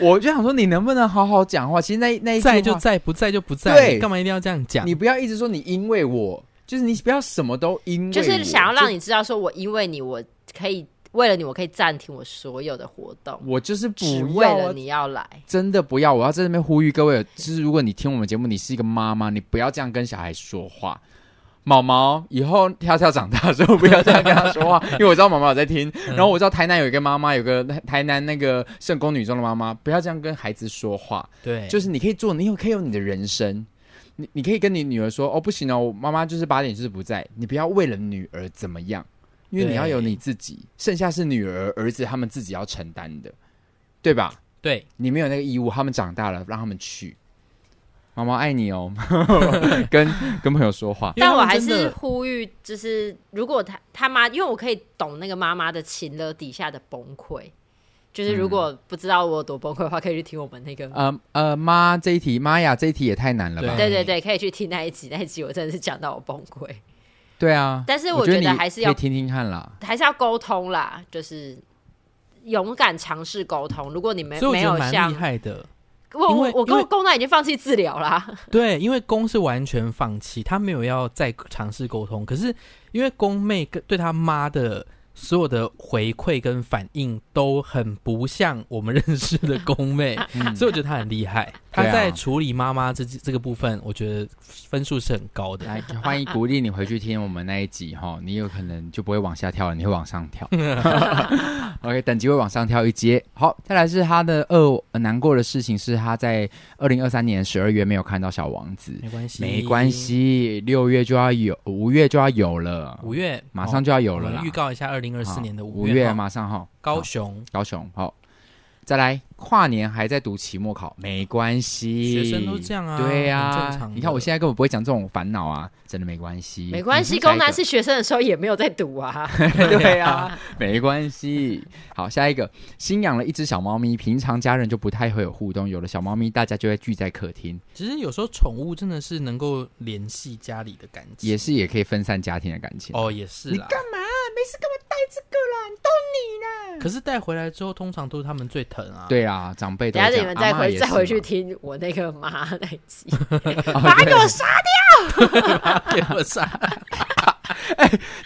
D: 我就想说，你能不能好好讲话？其实那那一句话
A: 在就在，不在就不在，
D: 对
A: 你干嘛一定要这样讲
D: 你？不要一直说你因为我，就是你不要什么都因为
C: 就是
D: 我
C: 想要让
D: 就
C: 你知道，说我因为你，我可以为了你，我可以暂停我所有的活动，
D: 我就是
C: 只
D: 不
C: 为
D: 要啊
C: 了你要来。
D: 真的不要！我要在这边呼吁各位，就是如果你听我们节目，你是一个妈妈，你不要这样跟小孩说话。毛毛以后跳跳长大的时候不要这样跟他说话，因为我知道毛毛有在听。然后我知道台南有一个妈妈，有个台南那个圣宫女中的妈妈，不要这样跟孩子说话。
A: 对，
D: 就是你可以做，你有可以有你的人生，你你可以跟你女儿说哦，不行哦，我妈妈就是八点就是不在，你不要为了女儿怎么样，因为你要有你自己，剩下是女儿儿子他们自己要承担的，对吧？
A: 对，
D: 你没有那个义务，他们长大了，让他们去。毛毛爱你
A: [laughs]
D: 哦，跟跟朋友说话。
A: 因为
C: 但
A: 他
C: 我
A: 们
C: 还
A: 真的
C: 是呼吁，就是如果他他妈，因为我可以懂那个妈妈的情了底下的崩溃，就是
A: 嗯
C: 如果不知道我有多崩溃的话，可以去听我们那个。
A: 啊
D: 呃呃，妈这一题，妈呀，这一题也太难了吧？
C: 对对对，可以去听那一集，那一集我真的是讲到我崩溃，
D: 对啊，
C: 但是
D: 我
C: 觉
D: 你
C: 得还是要
D: 可以听听看啦。
C: 还是要沟通啦，就是勇敢尝试沟通。如果你没
A: 所以我
C: 没
A: 觉
C: 有
A: 得蛮
C: 像
A: 厉害的。
C: 我
A: 因
C: 我
A: 为
C: 我
A: 因
C: 跟我
A: 为
C: 公奶已经放弃治疗啦，
A: 对，因为公是完全放弃，他没有要再尝试沟通。可是因为公妹跟对他妈的所有的回馈跟反应都很不像我们认识的公
C: [laughs]
A: 妹，
D: 嗯
A: 所以我觉得她很厉害。她
D: 对啊
A: 在处理妈妈这这个部分，我觉得分数是很高的。
D: 来，欢迎鼓励你回去听我们那一集哈，你有可能就不会往下跳了，你会往上
A: [laughs]
D: 跳。OK，等级会往上跳一阶。好，再来是他的二、呃难过的事情是他在二零二三年十二月没有看到小王子，
A: 没关系，
D: 没关。系，六月就要有，五月就要有了，
A: 五月哦
D: 马上就要有了
A: 我
D: 啦
A: 们预告一下二零二
D: 好
A: 四年的
D: 五
A: 月
D: 月
A: 哈
D: 马上哈，
A: 高
D: 好
A: 雄
D: 高雄好，再来跨年还在读期末考，没关系，
A: 学生都这样啊
D: 对呀、
A: 很正常的
D: 你看我现在根本不会讲这种烦恼啊，真的没关系，
C: 没关系，
D: 嗯下一
C: 公
D: 个
C: 男是学生的时候也没有在读啊，
D: [laughs] 对啊，没关系。好，下一个，新养了一只小猫咪，平常家人就不太会有互动，有了小猫咪，大家就会聚在客厅，
A: 其实有时候宠物真的是能够联系家里的感情，
D: 也是也可以分散家庭的感情。
A: 哦，也是啦。可是带回来之后，通常都是他们最疼 [laughs] 啊。，
D: 对啊，长
C: [laughs]
D: 辈都
C: 等
D: 会
C: 下
D: 这
C: 你
D: 样
C: 们再
D: 阿嬷
C: 回
D: 也
C: 再
D: 是
C: 回去
D: 嘛
C: 听我那个妈那一
A: [laughs]
C: 集，
D: 哦
C: 把
D: 对
C: 我杀。
A: 给我杀。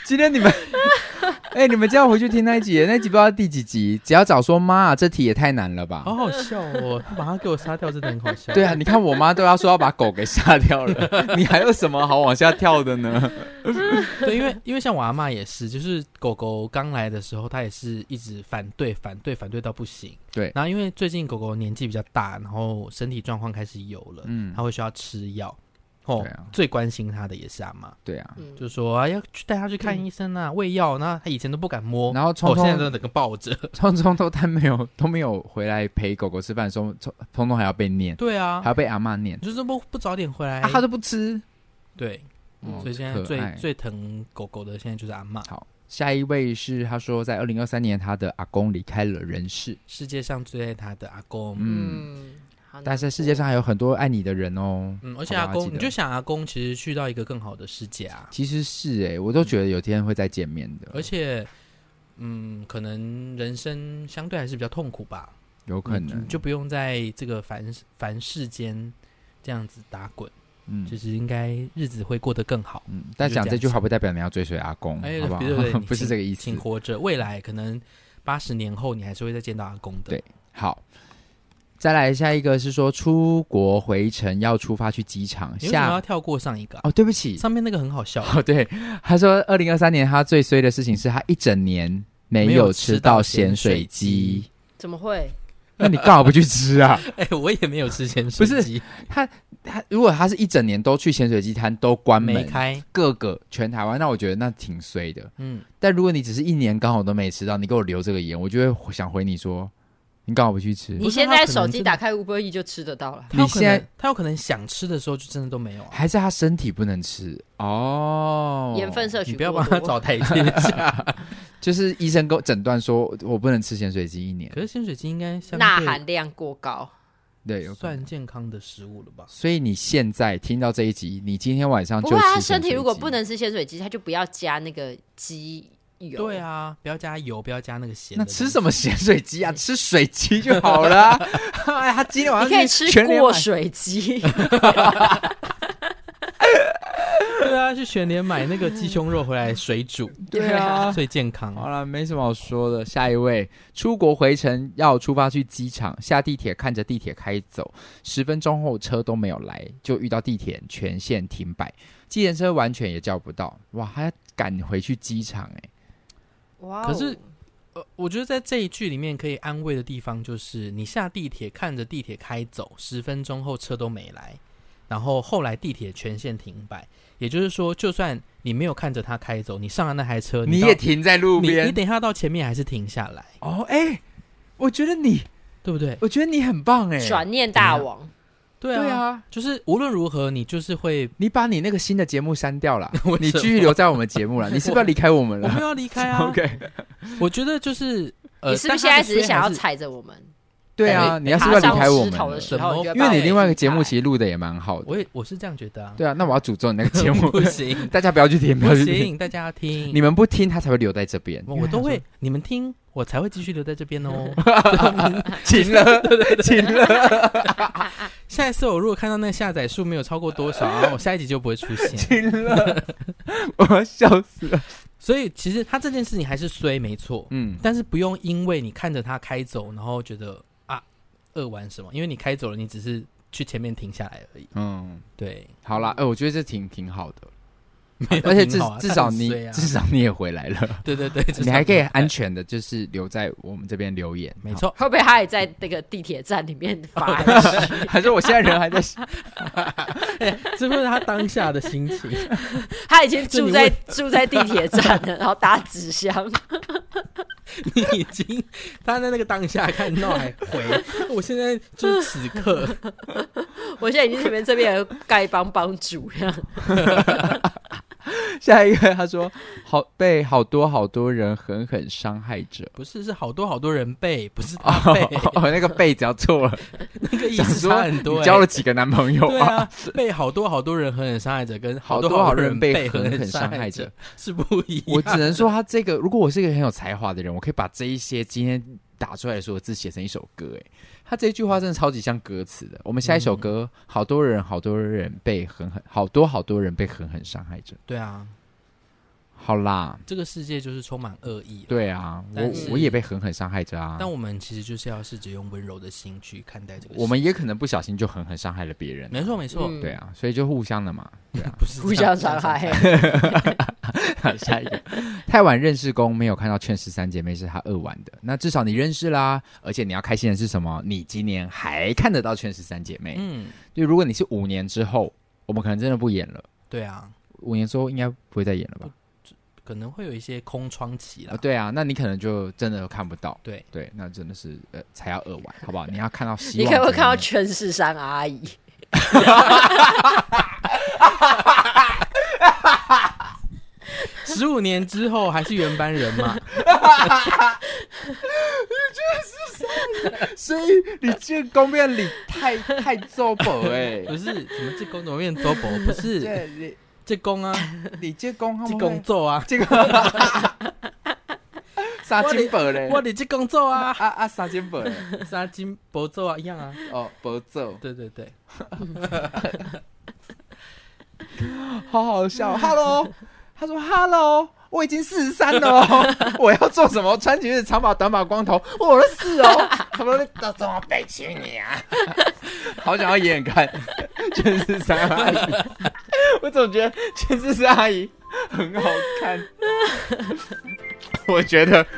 D: 今天你们， [laughs] 哎、你们就要回去听那一集，那一集不知道第几集，只要找说妈，这题也太难了吧？
A: [laughs] 好好笑哦！他把他给我杀掉，真的很好笑。
D: 对啊，你看我妈都要说要把狗给杀
A: [laughs]
D: 掉了，你还有什么好往下跳的呢？
A: 对，因为因为像我阿妈也是，就是狗狗刚来的时候，她也是一直反对、反对、反对到不行。
D: 对
A: 然后因为最近狗狗年纪比较大，然后身体状况开始有了，
D: 嗯
A: 它会需要吃药。哦
D: 对啊，
A: 最关心它的也是阿妈，
D: 对啊，
C: 嗯
A: 就说啊要去带它去看医生啊，喂药。那它以前都不敢摸，
D: 然后聪
A: 哦现在
D: 聪
A: 都整个抱
D: [laughs]
A: 着。
D: 聪聪都他没有都没有回来陪狗狗吃饭的时候，聪聪聪还要被念，
A: 对啊
D: 还，要被阿妈念，
A: 就是不不早点回来
D: 啊，，他都不吃。
A: 对，
D: 哦
A: 所以现在
D: 可爱
A: 最最疼狗狗的，现在就是阿嬷，
D: 好，下一位是他说在二零二三年他的阿公离开了人世，
A: 世界上最爱他的阿公。嗯
D: 嗯，
C: 嗯，好难
D: 但是世界上还有很多爱你的人哦。
A: 嗯而且
D: 好吧
A: 阿
D: 记
A: 公，
D: 得
A: 你就想阿公其实去到一个更好的世界啊，
D: 其实是哎、我都觉得有天会再见面的，
A: 而且，嗯，可能人生相对还是比较痛苦吧，
D: 有可
A: 你
D: 能
A: 嗯你就不用在这个凡凡世间这样子打滚，
D: 嗯
A: 就是应该日子会过得更好。
D: 嗯，但
A: 就
D: 讲
A: 这
D: 这
A: 样
D: 句话
A: 想
D: 不代表你要追随阿公，
A: 哎，
D: 嗯好不好
A: 对
D: [laughs]
A: 对对，？你
D: 不是
A: 请
D: 这个意思
A: 请。活着，未来可能八十年后你还是会再见到阿公的。
D: 对好，再来下一个是说出国回程要出发去机场
A: 你为什么
D: 下
A: 要跳过上一个啊、
D: 哦，对不起，
A: 上面那个很好
D: [laughs]
A: 笑，
D: 哦对，他说二零二三年他最衰的事情是他一整年没
A: 没
D: 有
A: 有
D: 吃
A: 吃
D: 到
A: 到
D: 咸
A: 咸
D: 水
A: 水
D: 鸡
A: 鸡，
C: 怎么会？
D: 那你干嘛不去吃
A: [laughs]
D: 啊？
A: 哎、我也没有吃咸水
D: 不是
A: 鸡，
D: 他他如果他是一整年都去咸水鸡摊都关
A: 没
D: 门，
A: 开，
D: 各个全台湾，那我觉得那挺衰的。
A: 嗯，
D: 但如果你只是一年刚好都没吃到，你给我留这个言，我就会想回你说，你干嘛不去吃？
C: 你
A: 不是
C: 现
A: 他
C: 在
A: 可
C: 手
A: 能
C: 机
A: 真
C: 打
A: 的
C: 开 Uber E 就吃得到了。
A: 他有可
D: 现在
A: 能他有可能想吃的时候就真的都没有啊，
D: 还是他身体不能吃哦，
C: 盐分摄取
A: 你不要
C: 过
A: 帮他
C: 多
A: 找台阶
D: [laughs]
A: 下。
D: 就是医生给我诊断说我不能吃咸水鸡一年
A: 可，是咸水鸡应该相
C: 钠
A: 对
C: 含量过高，
D: 对，有可能
A: 算健康的食物了吧？
D: 所以你现在听到这一集，你今天晚上
C: 不
D: 就
C: 会啊，
D: 吃
C: 他身
D: 咸
C: 体
D: 水
C: 如果
D: 鸡
C: 不，能吃咸水鸡，他就不要加那个鸡油。
A: 对，啊，不要加油，不要加那个咸
D: 那
A: 的。
D: 吃
A: [laughs]
D: 什么咸水鸡啊？吃水鸡就好了啊。哎，他今天晚
C: 你
D: 上
C: 可以
D: 去
C: 吃
D: 全联
C: 过
D: 买
C: 水鸡，
A: 么？对啊，要去全联买那个鸡胸肉回来水煮，
D: 对 [laughs] 啊。
A: 最健康。
D: 好了，没什么好说的。下一位，出国回程要出发去机场，下地铁看着地铁开走，十分钟后车都没有来，就遇到地铁全线停摆，计程车完全也叫不到，哇，还赶回去机场哎、
C: 哇哦
A: 可是呃，我觉得在这一句里面可以安慰的地方就是，你下地铁看着地铁开走，十分钟后车都没来，然后后来地铁全线停摆，也就是说，就算你没有看着它开走，你上了那台车，
D: 你
A: 到
D: 也停在路
A: 你你
D: 边
A: 等一下到前面还是停下来，
D: 哦哎、我觉得你，
A: 对不对？
D: 我觉得你很棒哎、
C: 转念大王，
A: 对
D: 对
A: 啊，
D: 啊，
A: 就是无论如何，你就是
D: [laughs]
A: 会，
D: 你把你那个新的节目删掉了
A: [laughs] 为，
D: 你
A: 什
D: 继续留在我们节目了，
A: [laughs]
D: 你是不是要离开我们
A: 我没
D: 了
A: 有要离开啊。
D: [laughs] ？OK，
A: 我觉得就是，呃，
C: 你是不
A: 但
C: 是
A: 它
C: 现在
A: 的
C: 只是
A: 虽
C: 想要
A: 还是
C: 踩着我们？哎
D: 对啊，
A: 对
D: 你要是不是要离开我
C: 爬上石
D: 们
C: 头的
D: 了？
C: 时候，就会
D: 因为
C: 把
D: 你
C: 我
D: 另外一个
C: 引
A: 哎
D: 节目
C: 开
D: 其实录的也蛮好的，
A: 我也我是这样觉得啊，
D: 对啊，那我要诅咒你那个节
A: [laughs]
D: 目，
A: 不行
D: [laughs] 大家不要去听，不
A: 不
D: 要去听，
A: 行，大家要听
D: [laughs] 你。们不听他才会留在这边，
A: 我我都 [laughs]
D: [laughs]
A: 会，你们听，我才会继续留在这边 [laughs] 哦。
D: 停了，停了，
A: [laughs] 下一次我如果看到那个下载数没有超过多少，然后我下一集就不会出 [laughs] 现。
D: 停了，我要笑死了。
A: 所以其实他这件事情还是衰没错，
D: 嗯，
A: 但是不用因为你看着他开走，然后觉得啊恶玩什么，因为你开走了，你只是去前面停下来而已。
D: 嗯，
A: 对，
D: 好啦，哎，我觉得这挺挺好
A: [laughs]
D: 的，
A: 没有
D: 而且
A: 挺
D: 至
A: 好啊
D: 至
A: 他
D: 少
A: 很
D: 你
A: 衰啊 [laughs]
D: 至少你也回来了，
A: 对对对，至
D: 你
A: 少
D: 还可以
A: 回来
D: 安全的，就是留在我们这边留言，
A: 没错。
C: 会不会他也在那个地铁站里面发一句？
D: 还是我现在人还在 [laughs]
A: 这不是他当下的心情。
C: 他已经
A: 这你
C: 住在住在地铁站了，然后打纸箱，
A: 你已经他在那个当下看到还 [laughs] 回，我现在就是此刻，
C: [laughs] 我现在已经前面这边有丐帮帮主这样。
D: 下一个？他说好被好多好多人狠狠伤害
A: [laughs]
D: 着。
A: [laughs] 不是是好多好多人背，不是
D: 哦
A: 他背，
D: [laughs] 哦，那个被只要错
A: [laughs]
D: 了，
A: 那个意
D: 想
A: 思
D: 说
A: 差很多、
D: 你
A: 欸。
D: 交了几个男朋友
A: 对啊，被好多好多人狠狠伤害者，跟
D: 好
A: 多
D: 多好
A: 多
D: 人
A: 人
D: 被
A: 狠
D: 狠狠
A: 伤
D: 伤害
A: 者
D: 者，
A: 是不一样。
D: 我只能说，他这个，如果我是一个很有才华的人，我可以把这一些今天打出来的所有字写成一首歌。哎，他这一句话真的超级像歌词的。我们下一首歌，
A: 嗯
D: 好多人，好多人被狠狠，好多好多人被狠狠伤害着。
A: 对啊，
D: 好啦，
A: 这个世界就是充满恶意。
D: 对啊，我
A: 但是
D: 我也被狠狠伤害着啊。
A: 但我们其实就是要试着用温柔的心去看待这个世界。
D: 我们也可能不小心就狠狠伤害了别人。
A: 没错没错，
C: 嗯
D: 对啊，所以就互相的嘛。对啊，
A: 不是
C: 互
A: 这样
C: 相伤
D: [laughs]
C: 害。
D: 下一个，太晚认识公没有看到劝十三姐妹是他二晚的，那至少你认识啦。而且你要开心的是什么？你今年还看得到劝十三姐妹。
A: 嗯，
D: 就如果你是五年之后，我们可能真的不演了。
A: 对啊，
D: 五年之后应该不会再演了吧？
A: 可能会有一些空窗期
D: 啊，
A: 啦。
D: 对啊，那你可能就真的看不到。
A: 对
D: 对，那真的是呃，才要二晚，好不好？你要看到希
C: 你
D: 望。
C: 可不可以看到？全是山阿姨？
A: 十五年之后还是原班人嘛？
D: 所以你这公面里太太做博哎
A: [laughs] 不是什么这工怎么变周伯？不是
D: 你
A: 这工啊，
D: 你这公他
A: 这工作啊，
D: 这个杀金伯嘞
A: 我的这工作啊，
D: 啊啊杀金伯嘞
A: 杀金伯奏啊一样啊。
D: 哦，伯奏，
A: 对对对，
D: 好好 [laughs] 笑。Hello，他说 Hello，我已经四十三了 [laughs] 哦，我要做什么？穿裙子、长发、短发、光头，我的事哦。他们都怎么背弃你 [laughs] 啊？好想要演演看，全是三阿姨。 [laughs] 我总觉得全是三阿姨很好看。 [laughs] 我觉得，等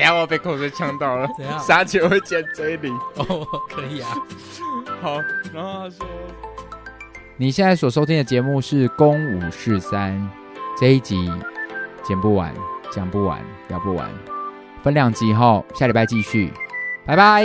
D: 一下我被口水呛到了
A: 怎样，
D: 莎姐会剪嘴里。
A: 哦，可以啊。
D: 好，然后他说：“你现在所收听的节目是《公五是三》，这一集剪不完，讲不完，聊不完，分两集后，下礼拜继续，拜拜。”